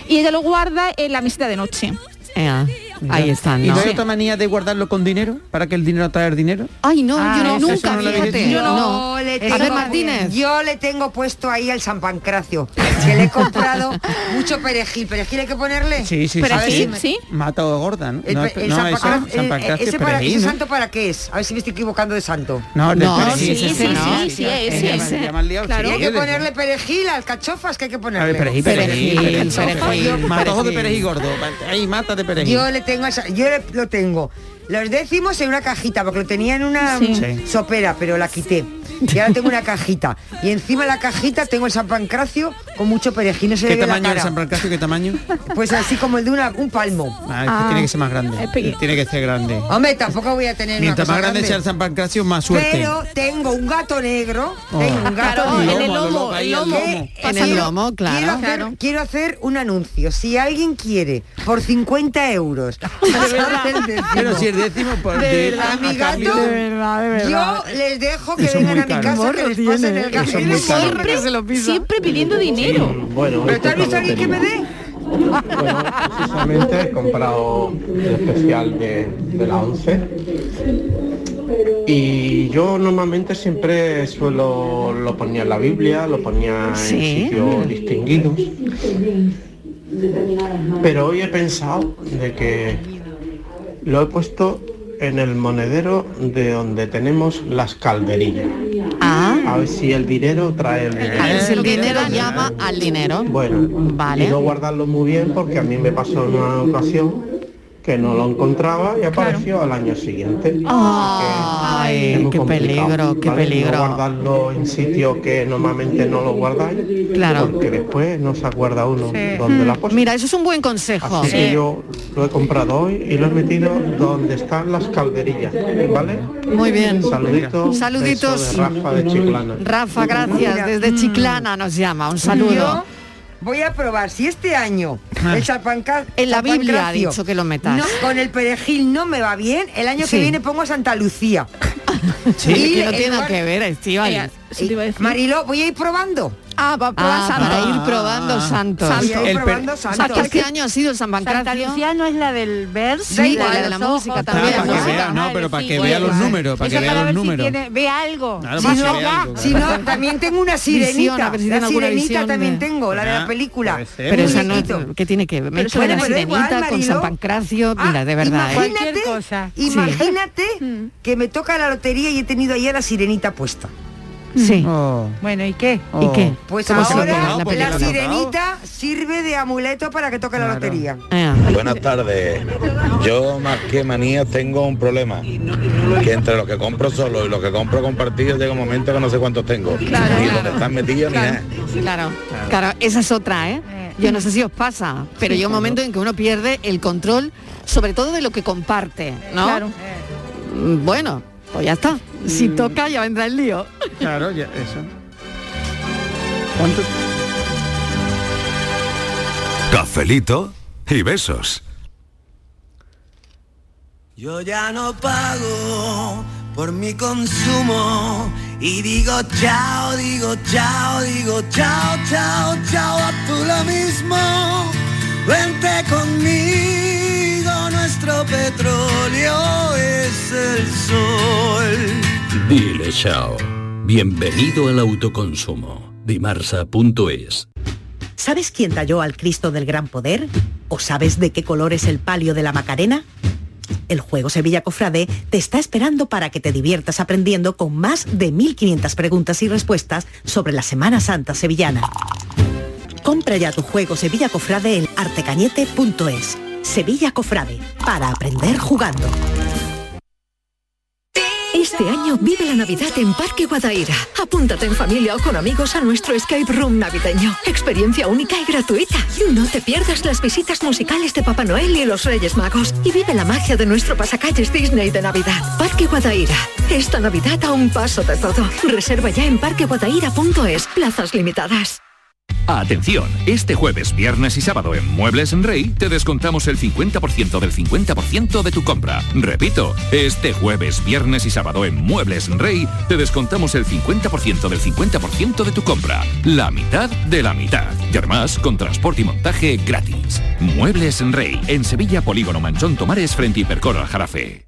Y ella lo guarda en la mesita de noche. Ea, eh, ahí están, ¿Y ¿no? no hay otra manía de guardarlo con dinero? ¿Para que el dinero atrae el dinero? Ay, no, Ah, yo no, eso nunca, no lo habéis fíjate. dicho. Yo no. no. A le ver, tengo- Martínez. Yo le tengo puesto ahí al San Pancracio, que le he comprado mucho perejil. ¿Perejil hay que ponerle? Sí, sí, A ver si sí. me- Mata o gorda, ¿no? Eh, El, no, Eh, pe- el no, San eso, ah, Pancracio- San el- Pancracio, ese, para- perejil, ese ¿no? santo para qué es? A ver si me estoy equivocando de santo. No, de No, perejil, sí, sí, ese sí, sí, sí, no. sí, sí, sí, ese, Ya me- ese. ya me has liado, Claro. sí, Y hay que eres. ponerle perejil, alcachofas, que hay que ponerle. A ver, perejil, perejil, perejil, perejil. Matojo de perejil gordo. Ahí, mata de perejil. Yo le tengo esa- yo le- lo tengo. Los décimos en una cajita, porque lo tenía en una Sí. mm, Sí. sopera, pero la quité. Y ahora tengo una cajita. Y encima de la cajita tengo el San Pancracio con mucho perejil. No se ¿Qué le ve la tamaño es cara. San Pancracio? ¿Qué tamaño? Pues así como el de una- un palmo. Ah, es que tiene que ser más grande. es pequeño. Tiene que ser grande. Hombre, tampoco voy a tener una Mientras cosa más grande sea el San Pancracio, más suerte. Oh. Pero tengo un gato negro, tengo un gato Claro, negro. en el lomo, el lomo, que ahí, el lomo. quiero- En el lomo, claro. Quiero hacer, Claro. quiero hacer un anuncio. Si alguien quiere, por 50 euros, hacer el décimo. Pero si el décimo por De de- verdad, a mi cambio gato, de- yo les dejo que Eso es vengan muy a mi caro. casa, que Morro les pasen tiene, el gato. eso es muy Siempre- caro. Siempre siempre, pidiendo dinero. Bueno, ¿Pero esto tú has es visto a la alguien que me lotería. dé? Bueno, precisamente he comprado el especial de, de la 11 y yo normalmente siempre suelo lo ponía en la Biblia, lo ponía en sitios distinguidos, pero hoy he pensado de que lo he puesto en el monedero de donde tenemos las calderillas. A ver si el dinero trae el dinero. Ah. A ver si el dinero llama al dinero. Bueno, Vale. y no guardarlo muy bien porque a mí me pasó en una ocasión que no lo encontraba y apareció al año siguiente. Ay, qué peligro, qué peligro. No guardarlo en sitio que normalmente no lo guardáis, Claro. porque después no se acuerda uno dónde la Pues puso. Mira, eso es un buen consejo. Así que yo lo he comprado hoy y lo he metido donde están las calderillas, ¿vale? Muy bien. Saluditos. Saluditos. beso de Rafa de Chiclana. Rafa, gracias. Mira. Desde Chiclana nos llama. Un saludo. Yo voy a probar si este año Ah. el salpanca En la Biblia ha dicho que lo metas. con el perejil no me va bien, el año Sí. que viene pongo a Santa Lucía. Sí, que no en tiene nada lugar- que ver, Estíbaliz. Mira, Marilo, voy a ir probando. Ah, para probar santo. para ir probando Ah. Ah. santos. Sí, ahí El per- probando santos. Hasta este año ha sido el San Santa Pancracio. Lucía no es la del verso, Sí, y la, la de de los la ojos, música también, también, ¿no? ¿no? vea, no, pero para que sí, vea los igual. números, para Eso que vea ver los si números. tiene- ve algo. Nada más Si que no, ve ya- algo, si claro. no, También tengo una sirenita. Visión, a ver si tiene la alguna sirenita visión también de- tengo, la de Ah, la película. Pero esa no, ¿eh? Muñequito. ¿qué tiene que ver? Me Pero queda bueno, la pero da igual, sirenita con San Mariló. Pancracio, mira, de verdad. ¿eh? Imagínate, Sí. Mm. imagínate que me toca la lotería y he tenido ahí a la sirenita puesta. Sí. Bueno, ¿y qué? ¿Y qué? Pues ¿Cómo se lo ahora pongo? la, Porque lo he sirenita sirve de amuleto para que toque la lotería. Buenas tardes. Yo más que manías tengo un problema. Que entre lo que compro solo y lo que compro compartido llega un momento que no sé cuántos tengo. y donde están metidos ni nada. Claro, claro, esa es otra, ¿eh? Yo no sé si os pasa, pero Sí, llega un claro. momento en que uno pierde el control, sobre todo de lo que comparte, ¿no? Claro. Mm, Bueno, pues ya está. Si toca ya vendrá el lío. Claro, ya, eso. ¿Cuánto? Cafelito y besos. Yo ya no pago por mi consumo y digo chao, digo chao, digo chao, chao, chao, a tú lo mismo. Vente conmigo, nuestro petróleo es el sol. Dile chao. Bienvenido al autoconsumo. Dimarsa.es ¿Sabes quién talló al Cristo del Gran Poder? ¿O sabes de qué color es el palio de la Macarena? El juego Sevilla Cofrade te está esperando para que te diviertas aprendiendo con más de 1.500 preguntas y respuestas sobre la Semana Santa Sevillana. Compra ya tu juego Sevilla Cofrade en artecañete.es. Sevilla Cofrade, para aprender jugando. Este año vive la Navidad en Parque Guadaira. Apúntate en familia o con amigos a nuestro escape room navideño. Experiencia única y gratuita. No te pierdas las visitas musicales de Papá Noel y los Reyes Magos. Y vive la magia de nuestro pasacalles Disney de Navidad. Parque Guadaira. Esta Navidad a un paso de todo. Reserva ya en parqueguadaira.es. Plazas limitadas. Atención, este jueves, viernes y sábado en Muebles en Rey te descontamos el 50% del 50% de tu compra. Repito, este jueves, viernes y sábado en Muebles en Rey te descontamos el 50% del 50% de tu compra. La mitad de la mitad. Y además con transporte y montaje gratis. Muebles en Rey, en Sevilla Polígono Manchón Tomares frente Hipercor al Jarafe.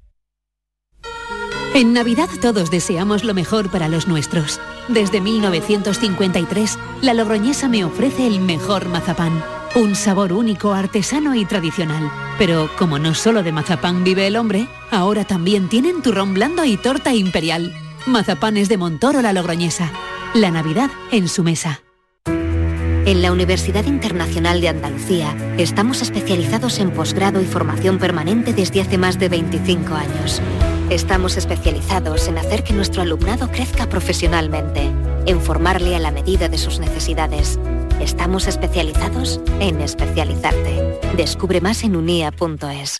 En Navidad todos deseamos lo mejor para los nuestros. Desde 1953, la Logroñesa me ofrece el mejor mazapán. Un sabor único, artesano y tradicional. Pero como no solo de mazapán vive el hombre, ahora también tienen turrón blando y torta imperial. Mazapanes de Montoro la Logroñesa. La Navidad en su mesa. En la Universidad Internacional de Andalucía estamos especializados en posgrado y formación permanente desde hace más de 25 años. Estamos especializados en hacer que nuestro alumnado crezca profesionalmente, en formarle a la medida de sus necesidades. Estamos especializados en especializarte. Descubre más en unia.es.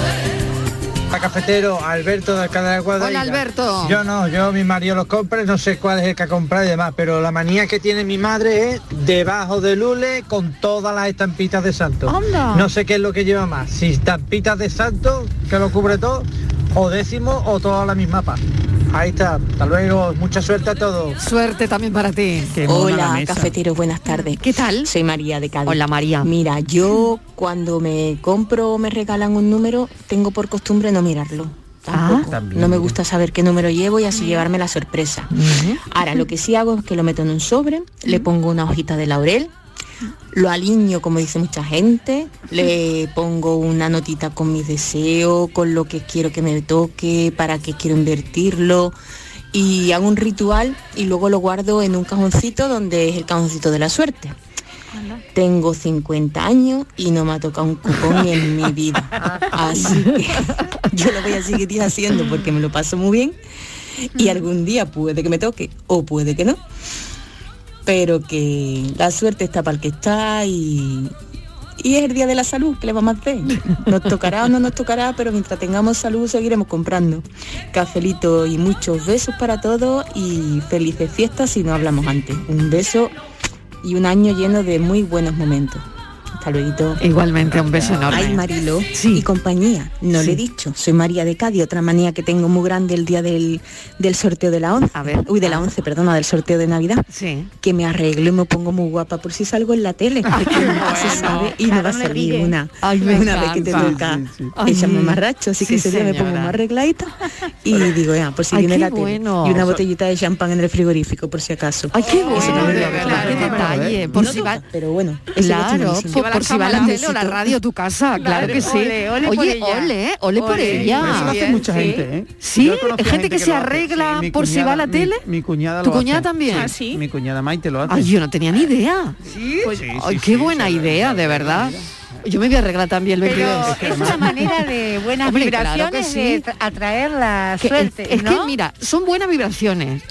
cafetero Alberto de Alcalá de Guadaira. Hola, Alberto. Yo no, yo mi marido los compra, no sé cuál es el que ha comprado y demás, pero la manía que tiene mi madre es debajo de lule con todas las estampitas de santo. Anda. No sé qué es lo que lleva más, si estampitas de santo, que lo cubre todo, o décimo o toda la misma paz. Ahí está, hasta luego, mucha suerte a todos. Suerte también para ti. Hola, cafeteros, buenas tardes. ¿Qué tal? Soy María de Cádiz. Hola, María. Mira, yo cuando me compro o me regalan un número, tengo por costumbre no mirarlo. Tampoco. no me gusta saber qué número llevo y así llevarme la sorpresa. Ahora, lo que sí hago es que lo meto en un sobre, le pongo una hojita de laurel, lo aliño, como dice mucha gente, le pongo una notita con mis deseos, con lo que quiero que me toque, para qué quiero invertirlo, y hago un ritual y luego lo guardo en un cajoncito donde es el cajoncito de la suerte. Tengo 50 años y no me ha tocado un cupón en mi vida. Así que yo lo voy a seguir haciendo porque me lo paso muy bien y algún día puede que me toque o puede que no. Pero que la suerte está para el que está y, y es el día de la salud, que le vamos a hacer? Nos tocará o no nos tocará, pero mientras tengamos salud seguiremos comprando. Cafelito y muchos besos para todos y felices fiestas si no hablamos antes. Un beso y un año lleno de muy buenos momentos. Hasta luego. Igualmente, un beso enorme. Ay, Marilo y compañía. No le he dicho. Soy María de Cádiz. Otra manía que tengo muy grande el día del, del sorteo de la 11. A ver. Uy, de la 11, perdona, del sorteo de Navidad. Ah. Sí. Que me arreglo y me pongo muy guapa por si salgo en la tele. Porque nunca se sabe y me va a salir una, me una vez que te encanta. toca Sí, sí. echarme marracho. Así que Sí, ese día me pongo señora. más arregladita y digo, ya, por si Ay, viene qué la tele. bueno. Y una Eso- botellita de champán en el frigorífico, por si acaso. Ay, qué bueno, de verdad, qué detalle. Por ¿eh? No si toca, va, pero bueno, ese día está claro, buenísimo. por, por si va la tele o la radio a tu casa, claro, Claro, que sí. ole, ole Oye, por ella. ole, eh, ole por Ole, ella. Eso lo hace mucha gente, ¿eh? Sí, Yo conozco gente que se lo hace. arregla mi por si va a la mi- tele. Mi, cuñada ¿Tu lo hace. cuñada también? Ah, Mi cuñada Maite lo hace. Ay, yo no tenía ni idea. Pues, ay, qué buena idea, de verdad. Yo me voy a arreglar también el 22. Pero es una manera de buenas Hombre, claro que vibraciones de sí. tra- atraer la Que es, suerte, es ¿no? que mira, son buenas vibraciones.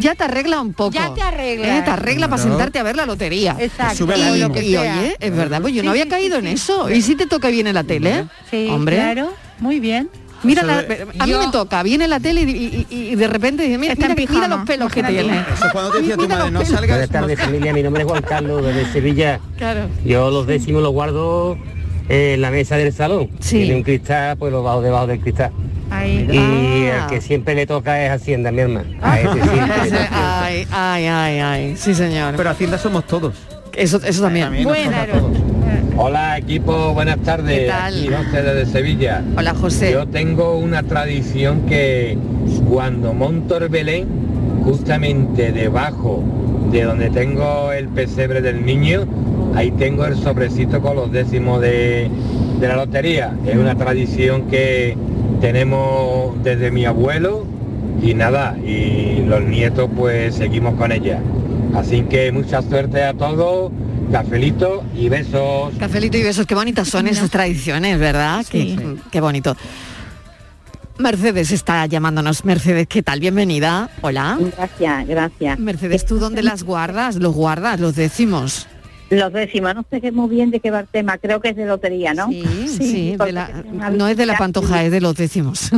Ya te arregla un poco. Ya te arregla. Eh, Te arregla para Claro. sentarte a ver la lotería. Exacto. Y, Sube el ánimo. y oye, es verdad, pues yo no había caído en eso. ¿Y si te toca bien en la tele? Sí, Hombre. claro, muy bien. Mira, la- Eso de- a mí Yo- me toca, viene la tele y, y- y de repente dice, mira, Está en mira- mira pijama, los pelos que imagínate. tiene. Eso cuando te decía tu Mira madre, los no pelos. salgas... Buenas tardes, familia. Mi nombre es Juan Carlos, desde Sevilla. Claro. Yo los décimos los guardo eh, en la mesa del salón. Tiene un cristal, pues los bajo debajo del cristal. Y el que siempre le toca es Hacienda, mi hermano. A ese siempre le toca. Ay, ay, ay, ay. Sí, señor. Pero Hacienda somos todos. Eso, eso también. Hola equipo, buenas tardes. ¿Qué tal? Aquí José desde Sevilla. Hola José. Yo tengo una tradición que cuando monto el Belén, justamente debajo de donde tengo el pesebre del niño, ahí tengo el sobrecito con los décimos de, de la lotería. Es una tradición que tenemos desde mi abuelo y nada, y los nietos pues seguimos con ella. Así que mucha suerte a todos, cafelito y besos. Cafelito y besos, qué bonitas son esas tradiciones, ¿verdad? Qué, qué bonito. Mercedes está llamándonos. Mercedes, ¿qué tal? Bienvenida. Hola. Gracias, gracias. Mercedes, ¿tú dónde las guardas? Los guardas, los décimos. Los décimos, no sé qué muy bien de qué va el tema, creo que es de lotería, ¿no? Sí, Sí, de la- no es de la pantoja, es de los décimos.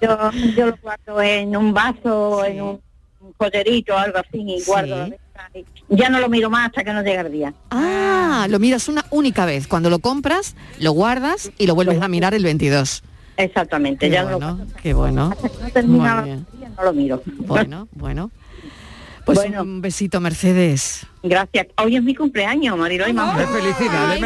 Yo, yo lo guardo en un vaso, en un joyerito o algo así, y guardo la mezcla y Ya no lo miro más hasta que no llega el día. Ah, lo miras una única vez. Cuando lo compras, lo guardas y lo vuelves a mirar el 22. Exactamente, Qué ya no lo bueno, qué bueno. no termina Muy la bien. lotería, no lo miro. Bueno, bueno. Pues un besito, Mercedes. Gracias. Hoy es mi cumpleaños, Marilo y mamá. Felicidades,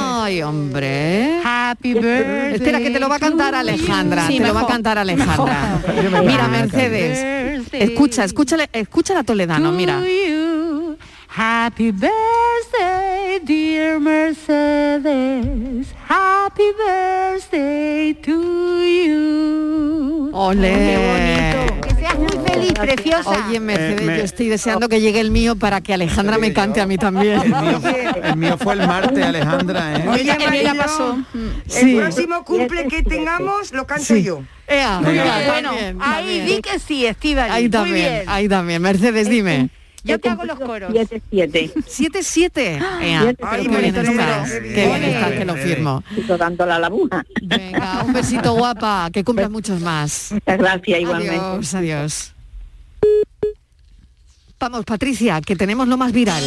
Ay, hombre. Happy birthday Espera, que te lo va a cantar to Alejandra. you. Sí, te lo va a mejor. cantar Alejandra. Mira, Mercedes. Escucha, escúchale, escucha la Toledano, mira. Happy birthday, dear Mercedes. Happy birthday to you. Ole. Oh, Que seas muy feliz, preciosa. Oye, Mercedes, Eh, yo estoy deseando que llegue el mío para que Alejandra me cante a mí también. El mío fue el martes, Alejandra, ¿eh? Oye, El mío ya Mariló, pasó. Mm. El Sí. este próximo cumple que tengamos lo canto Sí. yo. Muy Venga. bien, Bueno, también, ahí también. di que sí, Estivali. Ahí Muy también, bien. ahí también. Mercedes, dime. Yo te hago los coros. 7-7. 7-7. Ea, Ah. pero qué bien estás, qué bien estás, que lo firmo. Estoy dando la labuja. Venga, un besito guapa, que cumplas muchos más. Muchas gracias, igualmente. Adiós, adiós. Vamos, Patricia, que tenemos lo más viral.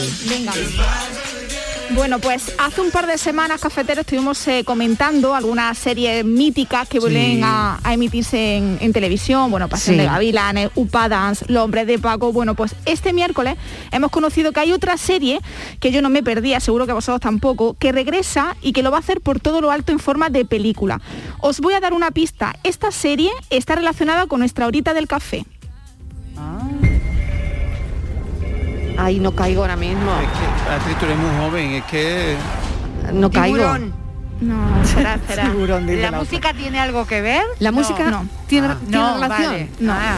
Bueno, pues hace un par de semanas, cafeteros, estuvimos eh, comentando algunas series míticas que vuelven a, a emitirse en, en televisión. Bueno, Pasión Sí. de Gavilanes, Upadance, Los Hombres de Paco. Bueno, pues este miércoles hemos conocido que hay otra serie que yo no me perdía, seguro que vosotros tampoco, que regresa y que lo va a hacer por todo lo alto en forma de película. Os voy a dar una pista. Esta serie está relacionada con nuestra horita del café. Ah. Ay, no caigo ahora mismo. Beatriz, tú eres muy joven, es que... No caigo. Tiburón. No, será, será. Tiburón, dice ¿La la otra. música tiene algo que ver? ¿La música No. Ah. tiene, tiene No, relación? vale. Ah. No. Ah.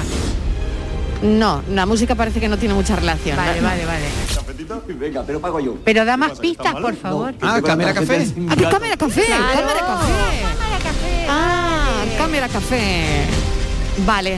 No, la música parece que no tiene mucha relación. Vale, vale, vale. Venga, pero pago yo. Pero da más pistas, por favor. Ah, Camera Café. Ah, que cámara café, Claro. cámara café. Ah, cámara café. Vale,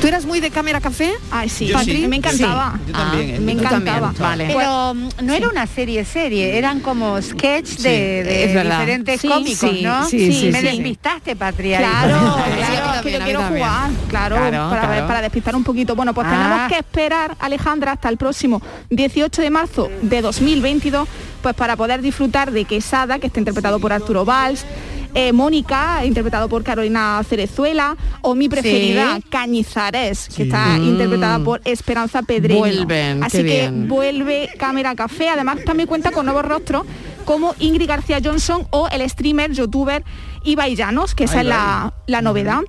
¿Tú eras muy de cámara café? Ay, sí. Yo sí, me encantaba. sí. Yo también, ¿eh? me Yo encantaba. también, vale. Pero mm, no era una serie serie, eran como sketch Sí, de, de es verdad. diferentes Sí, cómicos, sí, ¿no? sí, sí, me sí. despistaste, Patria. Claro, claro, es que yo a mí quiero también. jugar, claro, Claro, para, claro. para despistar un poquito. Bueno, pues Ah. tenemos que esperar, Alejandra, hasta el próximo 18 de marzo de 2022, pues para poder disfrutar de Quesada, que está interpretado por Arturo Valls, eh, Mónica, interpretado por Carolina Cerezuela, o mi preferida, Sí. Cañizares, que está Mm. interpretada por Esperanza Pedreño. Vuelven, Así qué que bien. vuelve Cámara Café, además también cuenta con nuevos rostros como Ingrid García Johnson o el streamer, youtuber Ibai Llanos, que Ay, esa es la, la novedad.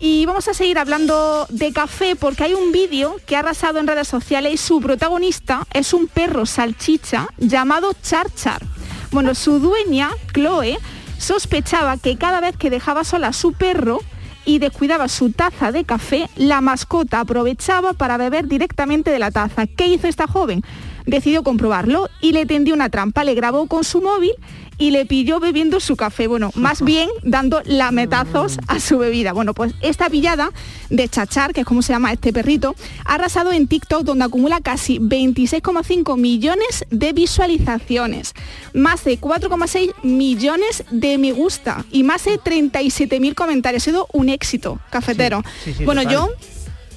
Y vamos a seguir hablando de café porque hay un vídeo que ha arrasado en redes sociales y su protagonista es un perro salchicha llamado Charchar. Bueno, su dueña, Chloe, sospechaba que cada vez que dejaba sola a su perro y descuidaba su taza de café, la mascota aprovechaba para beber directamente de la taza. ¿Qué hizo esta joven? Decidió comprobarlo y le tendió una trampa, le grabó con su móvil y le pilló bebiendo su café, bueno, más bien dando lametazos a su bebida. Bueno, pues esta pillada de Chachar, que es como se llama este perrito, ha arrasado en TikTok donde acumula casi 26,5 millones de visualizaciones, más de 4,6 millones de me gusta y más de 37.000 comentarios. Ha sido un éxito, cafetero. sí, sí, bueno, total. yo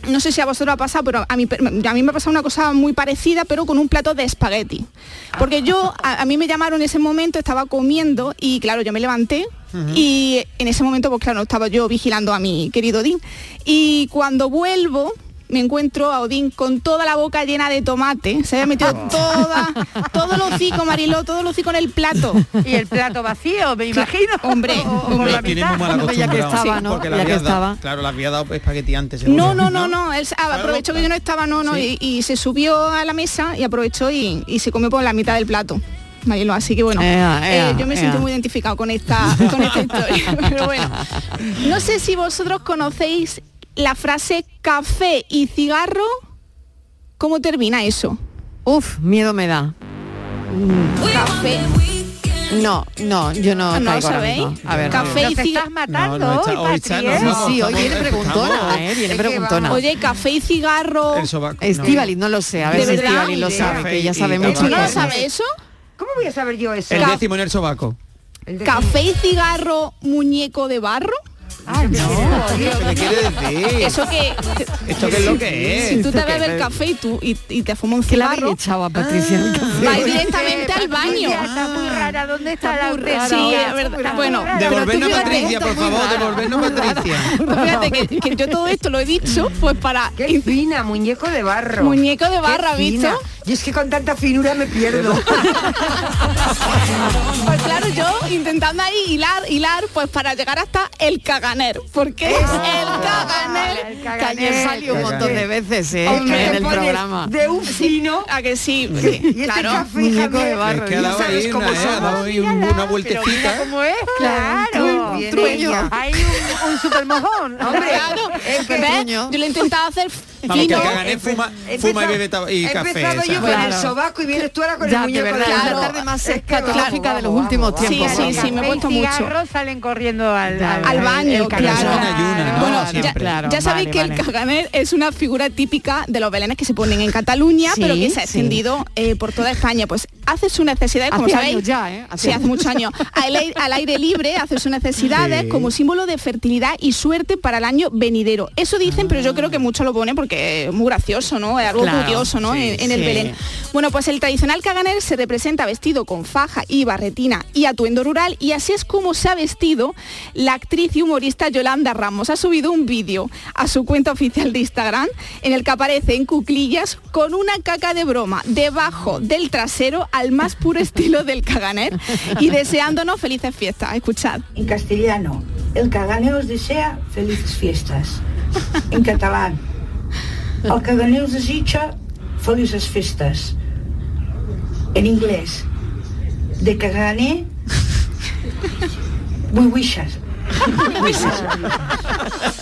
no sé si a vosotros ha pasado, pero a mí, a mí me ha pasado una cosa muy parecida, pero con un plato de espagueti. Porque yo, a, a mí me llamaron en ese momento, estaba comiendo y claro, yo me levanté y en ese momento, pues claro, estaba yo vigilando a mi querido Odín. Y cuando vuelvo, me encuentro a Odín con toda la boca llena de tomate. Se había metido toda, todo el hocico, Mariló, todo el hocico en el plato. Y el plato vacío, me imagino. Hombre, Hombre, la tiene muy mal Ya que acostumbrado. estaba, ¿no? Porque la Ya que había dado- estaba. Claro, la había dado espagueti antes. No, seguro. no, no, no. Él ah, aprovechó que yo no estaba, no, no. Sí. Y, y se subió a la mesa y aprovechó y, y se comió por la mitad del plato. Marilo, así que bueno, Ea, eh, ea, yo me ea. siento muy identificado con esta, con esta historia. Pero bueno, no sé si vosotros conocéis la frase café y cigarro. ¿Cómo termina eso? eh. Uf, miedo me da. Café. No, no, yo no. Ah, no, caigo ahora ¿sabéis? mismo. A ver, Café no. y cigarro. matando No, no, hoy, está- hoy está- Patri, ¿eh? no, no, Sí, sí, hoy viene estamos- preguntona, ¿eh? Viene Es que preguntona. vamos. Oye, café y cigarro. El sobaco. Estíbaliz, no lo sé. A ver ¿De si verdad? Estíbaliz lo Ni sabe, idea. que ya sabe Y mucho. ¿No lo Café. sabe eso? ¿Cómo voy a saber yo eso? El décimo en el sobaco. ¿Café y cigarro muñeco de barro? ¿Qué quiere decir? Eso que... ¿Esto qué es lo que es? Si tú te ¿Esto qué bebes es? el café y, tú, y, y te fumas un cigarro... a Patricia el café. Vais directamente al baño. Ah. Está muy rara, ¿dónde está, la muy rara, auténtica? sí, es Está muy verdad. rara. Bueno, Devolvernos Pero a tú fíjate, Patricia, por esto es muy favor, raro. devolvernos a Patricia. Tú Fíjate que, que yo todo esto lo he dicho pues para... Qué fina, muñeco de barro. Muñeco de barro, ¿has Qué fina. visto? Y es que con tanta finura me pierdo. Pues claro, yo intentando ahí hilar, hilar, pues para llegar hasta el caganer. Porque es el caganer. Que ayer salió un montón de veces, ¿eh? en el programa. De un fino. A que sí, sí, claro. Muñeco de barro. Es que ha dado ¿sabes ahí cómo una, eh, ha dado ahí un- una vueltecita. ¿Cómo es? Claro. Bien Truño. ella. Hay un, un super mojón. Hombre, Claro, es que ¿ves? Yo lo he intentado hacer Vamos, que fino. el Cagané fuma, fuma y bebe taba- y He café. empezado yo con el ¿sabes? sobaco y vienes tú ahora con Ya, el de muñeco verdad, de es la barro. tarde más Es que vamos, escatológica de los vamos, últimos vamos. tiempos. Sí, sí, sí, me he puesto mucho. cigarros salen corriendo al, al, Al al- baño, el claro. caganer. Bueno, ya, siempre. Claro, ya sabéis vale, que vale. el caganer es una figura típica de los belenes que se ponen en Cataluña, Sí, pero que se ha sí. extendido eh, por toda España. Pues hace sus necesidades, como Hace sabéis. años ya, ¿eh? Hace sí, hace años. muchos años. Al, ai- al aire libre hace sus necesidades Sí. como símbolo de fertilidad y suerte para el año venidero. Eso dicen, pero yo creo que muchos lo ponen porque es muy gracioso, ¿no? Es algo Ah. Claro, curioso, ¿no? sí, en, en el sí. Belén. Bueno, pues el tradicional caganer se representa vestido con faja y barretina y atuendo rural y así es como se ha vestido la actriz y humorista Yolanda Ramos. Ha subido un vídeo a su cuenta oficial de Instagram en el que aparece en cuclillas con una caca de broma debajo del trasero al más puro estilo del caganer y deseándonos felices fiestas. Escuchad. En castellano, el caganer os desea felices fiestas. En catalán, el caganer os desitja felices fiestas. En inglés, de caganer, we wishes.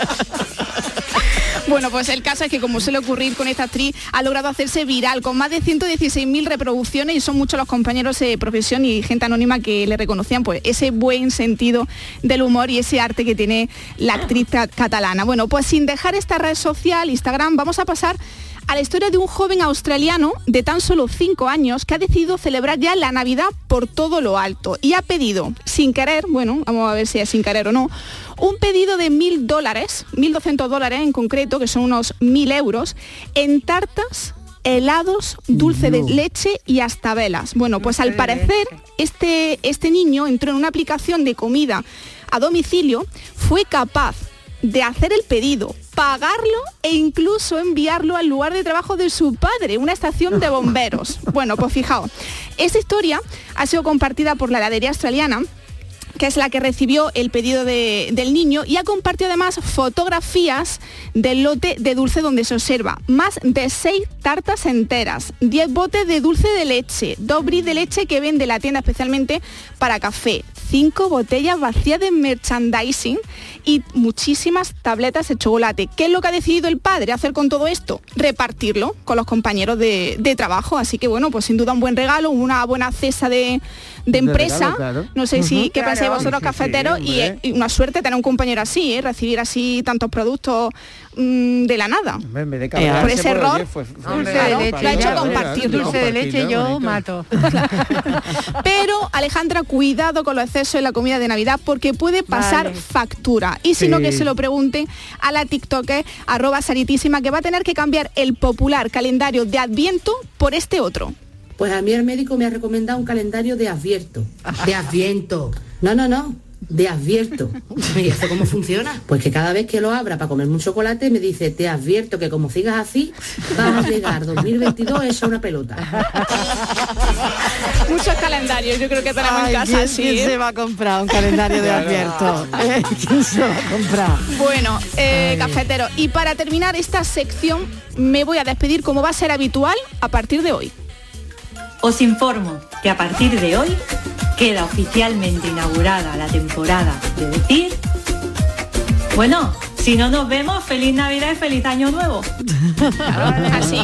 Bueno, pues el caso es que como suele ocurrir con esta actriz, ha logrado hacerse viral con más de 116.000 reproducciones y son muchos los compañeros de profesión y gente anónima que le reconocían pues ese buen sentido del humor y ese arte que tiene la actriz ta- catalana. Bueno, pues sin dejar esta red social, Instagram, vamos a pasar a la historia de un joven australiano de tan solo 5 años que ha decidido celebrar ya la Navidad por todo lo alto y ha pedido, sin querer, bueno, vamos a ver si es sin querer o no, un pedido de mil dólares, 1.200 dólares en concreto, que son unos mil euros, en tartas helados, dulce de leche y hasta velas. Bueno, pues al parecer este, este niño entró en una aplicación de comida a domicilio, fue capaz de hacer el pedido, pagarlo e incluso enviarlo al lugar de trabajo de su padre, una estación de bomberos. Bueno, pues fijaos, esta historia ha sido compartida por la heladería australiana que es la que recibió el pedido de- del niño y ha compartido además fotografías del lote de dulce donde se observa más de seis tartas enteras, 10 botes de dulce de leche, dos bris de leche que vende la tienda especialmente para café, cinco botellas vacías de merchandising y muchísimas tabletas de chocolate. ¿Qué es lo que ha decidido el padre hacer con todo esto? Repartirlo con los compañeros de, de trabajo. Así que bueno, pues sin duda un buen regalo, una buena cesta de, de De empresa. regalo, claro. No sé si Ujú. qué pensáis Claro. vosotros Sí, sí, cafeteros y, hombre. eh, y una suerte tener un compañero así, ¿eh? recibir así tantos productos mm, de la nada. Hombre, en vez de Por cabrearse ese error, oye, fue- fue- hombre, fue- claro, para- lo ha hecho para- compartir. para- Dulce de leche compartirlo, yo bonito. mato. Pero Alejandra, cuidado con los excesos en la comida de Navidad porque puede pasar Vale. factura. Y si no, Sí. que se lo pregunten a la TikToker arroba saritísima que va a tener que cambiar el popular calendario de Adviento por este otro. Pues a mí el médico me ha recomendado un calendario de advierto. De adviento. No, no, no. De advierto. ¿Y eso cómo funciona? Pues que cada vez que lo abra para comerme un chocolate me dice, te advierto que como sigas así, vas a llegar 2022 hecho una pelota. Muchos calendarios, yo creo que tenemos Ay, en casa, ¿quién, sí. quién se va a comprar un calendario de Claro. advierto? ¿Eh? ¿Quién se va a comprar? Bueno, eh, cafetero, y para terminar esta sección me voy a despedir como va a ser habitual a partir de hoy. Os informo que a partir de hoy queda oficialmente inaugurada la temporada de decir. Bueno, si no nos vemos, feliz Navidad y feliz Año Nuevo. Así,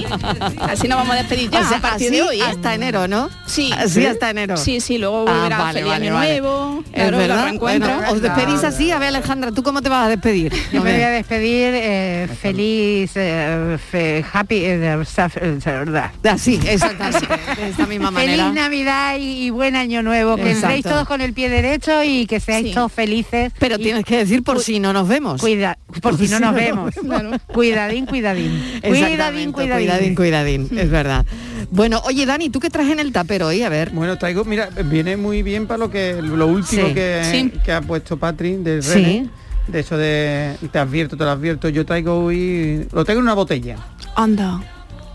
así nos vamos a despedir ya O sea, a partir así de hoy. ¿eh? hasta enero, ¿no? Sí. Así hasta enero. Sí, sí, luego Ah, volverá vale, feliz vale, año vale. nuevo. Es Claro, verdad. reencuentro. Bueno, os despedís así, a ver Alejandra, ¿tú cómo te vas a despedir? Yo me voy a despedir eh, feliz, eh, fe- happy, eh, de- saf- eh, de verdad. Así, exactamente, de esta misma manera. Feliz Navidad y, y buen año nuevo. Que Exacto. entréis todos con el pie derecho y que seáis todos felices. Pero tienes que decir por si no nos vemos. Cuida, por si no nos vemos. Cuidadín, cuidadín. Cuidadín, cuidadín. Exactamente, Mm. cuidadín, cuidadín, es verdad. Bueno, oye Dani, ¿tú qué traes en el tapero hoy? A ver. Bueno, traigo, mira, viene muy bien para lo que lo último Sí. que, Sí. que ha puesto Patri de Sí. René, de eso de te advierto, te lo advierto, yo traigo hoy lo traigo en una botella. Anda.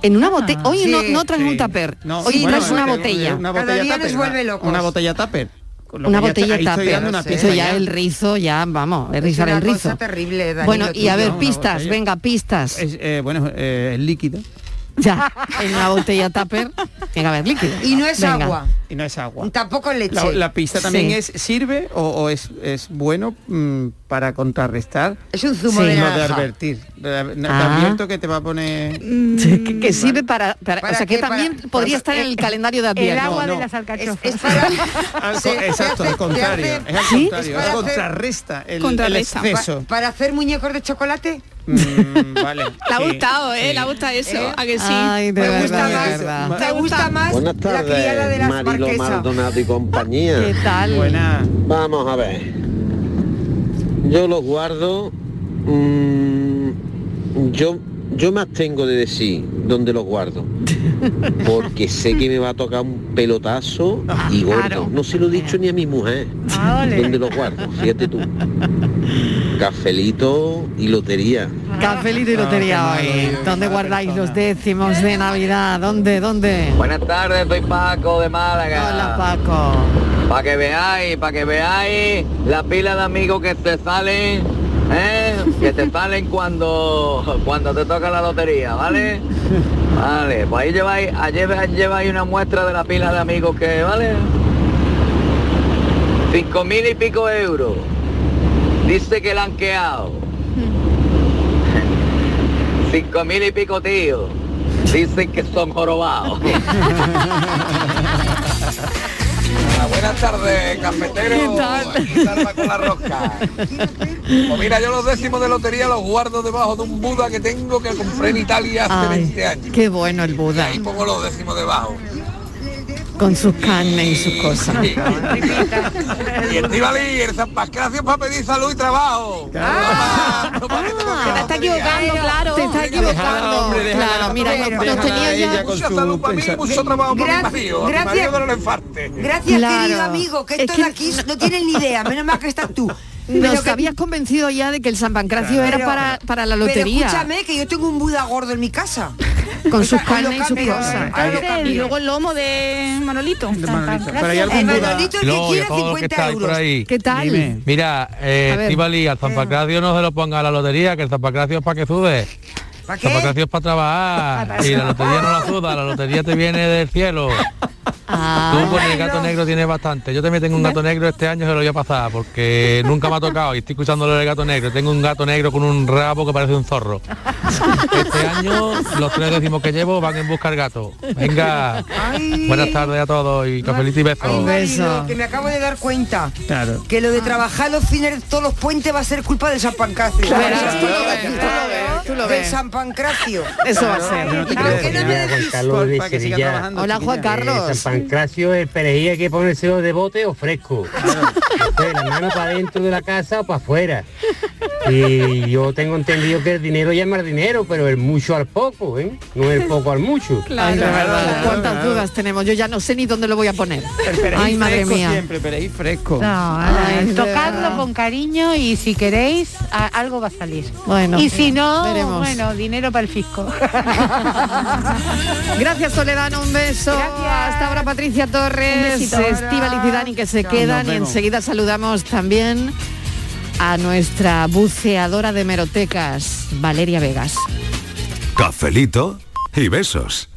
En una botella. Ah. Hoy no, no traes Sí. un taper. No, hoy bueno, traes una tengo botella. Una botella tupper, una- Una botella tupper. Con lo Una que ya botella está- ahí estoy tupper. dando una Eso pista ya ya. el rizo, ya vamos, es rizar el rizo. terrible, Danilo, bueno, y a tuyo. ver, Una pistas, botella. venga, pistas. Es, eh, bueno, eh, el líquido. Ya, en una botella tupper tiene que haber líquido. Venga. Y no es agua. Tampoco leche. La, la pista también Sí. es sirve o, o es, es bueno mm, para contrarrestar. Es un zumo lo de de naranja. advertir. De- de- Te Ah. advierto que te va a poner. Sí, que, que sirve para, para- mm, ¿Para o sea que qué? Para- también para- podría estar en el calendario de Adviento. El agua No, de no. las alcachofas. Ah, Al co- Sí, te exacto, hace- al contrario. te hace- Es al ¿Sí? contrario. Es para contrarresta el, Contrarresta. el exceso. Pa- ¿Para hacer muñecos de chocolate? Mm, vale. Le ha sí. gustado, ¿eh? Le ha gustado eso. ¿A que sí? Ay, de Me gusta verdad, de más. verdad. Me gusta más Buenas la criada de tardes, las Marilo marquesas. Maldonado y compañía. ¿Qué tal? Vamos a ver. Yo los guardo. mm, yo, yo me abstengo de decir dónde los guardo. Porque sé que me va a tocar un pelotazo Ah, y gordo. No se lo he dicho ni a mi mujer. ¿Dónde los guardo? Fíjate tú. Cafelito y lotería. Cafelito y lotería hoy. ¿Dónde guardáis los décimos de Navidad? ¿Dónde? ¿Dónde? Buenas tardes, soy Paco de Málaga. Hola Paco. Para que veáis, para que veáis la pila de amigos que te salen, ¿eh? que te salen cuando, cuando te toca la lotería, ¿vale? Vale, pues ahí lleváis, ayer lleváis una muestra de la pila de amigos que, ¿vale? Cinco mil y pico euros. Dice que la han quedado. Cinco mil y pico tíos. Dicen que son jorobados. Ah, buenas tardes, cafetero. ¿Qué tal? Aquí Salva con la rosca. Pues mira, yo los décimos de lotería los guardo debajo de un Buda que tengo que compré en Italia hace Ay, 20 años. Qué bueno el Buda, Ahí pongo los décimos debajo. con sus carnes y sus cosas. Y el Tíbali, el Zampascracio para pedir salud y trabajo. Te está equivocando, claro. Te está equivocando. hombre, déjala, claro, mira, hombre, lo- lo déjala tenía a ella ya. con Mucha su salud para mí, pensa- mucho trabajo para mi marido. A mi marido que no le Gracias, infarte. gracias Claro. querido amigo, que Es estos que- de aquí no tienen ni idea, menos mal que estás tú. Nos Pero que- habías convencido ya de que el San Pancracio era Pero- para, para la pero lotería. escúchame, que yo tengo un Buda gordo en mi casa. con sus Ahí lo carnes y sus cambio, cosas. ahí lo cambio. Y luego el lomo Eh, de Manolito. Pero hay algún El Buda- Manolito Eh, el que No, y a quiera todos los que 50 estáis por euros. ahí. ¿Qué tal? Dime. Mira, A eh, ver. Estíbaliz, al zampacracio no se lo ponga a la lotería, que el zampacracio es para que sude. Eh. ¿Para qué? Zampacracio es para trabajar. Y la lotería no la suda, la lotería te viene del cielo. Tú con el gato negro tienes bastante. Yo también tengo un gato negro este año, se lo voy a pasar, porque nunca me ha tocado y estoy escuchando lo del gato negro. Tengo un gato negro con un rabo que parece un zorro. Este año los tres decimos que llevo van en busca del gato. Venga, buenas tardes a todos y cafelito y besos. Marido, que me acabo de dar cuenta Ah. Claro. que lo de trabajar los fines de todos los puentes va a ser culpa del San Pancracio. Del San Pancracio. Eso va a ser. ¿Y por qué no me Mira, Juan decís? Carlos de Porfa, que siga Sevilla. trabajando, Hola, Juan Eh, Carlos. San Pancracio, el perejil hay que ponérselo de bote o fresco. Entonces, la mano para dentro de la casa o para afuera. Y yo tengo entendido que el dinero llama al dinero, pero el mucho al poco, ¿eh? No el poco al mucho. Ay, la verdad, cuántas dudas tenemos. Yo ya no sé ni dónde lo voy a poner. Perejil Ay, madre fresco mía. Siempre, perejil fresco. Ah, No, Ay, de tocadlo verdad. con cariño y si queréis, a- algo va a salir. Bueno, y si no, veremos. bueno, dinero para el fisco. Gracias Soledad, un beso. Hasta ahora Patricia Torres, Un besito. Estíbaliz y Dani que se Chao. quedan Nos y vemos. enseguida saludamos también a nuestra buceadora de merotecas, Valeria Vegas. Cafelito y besos.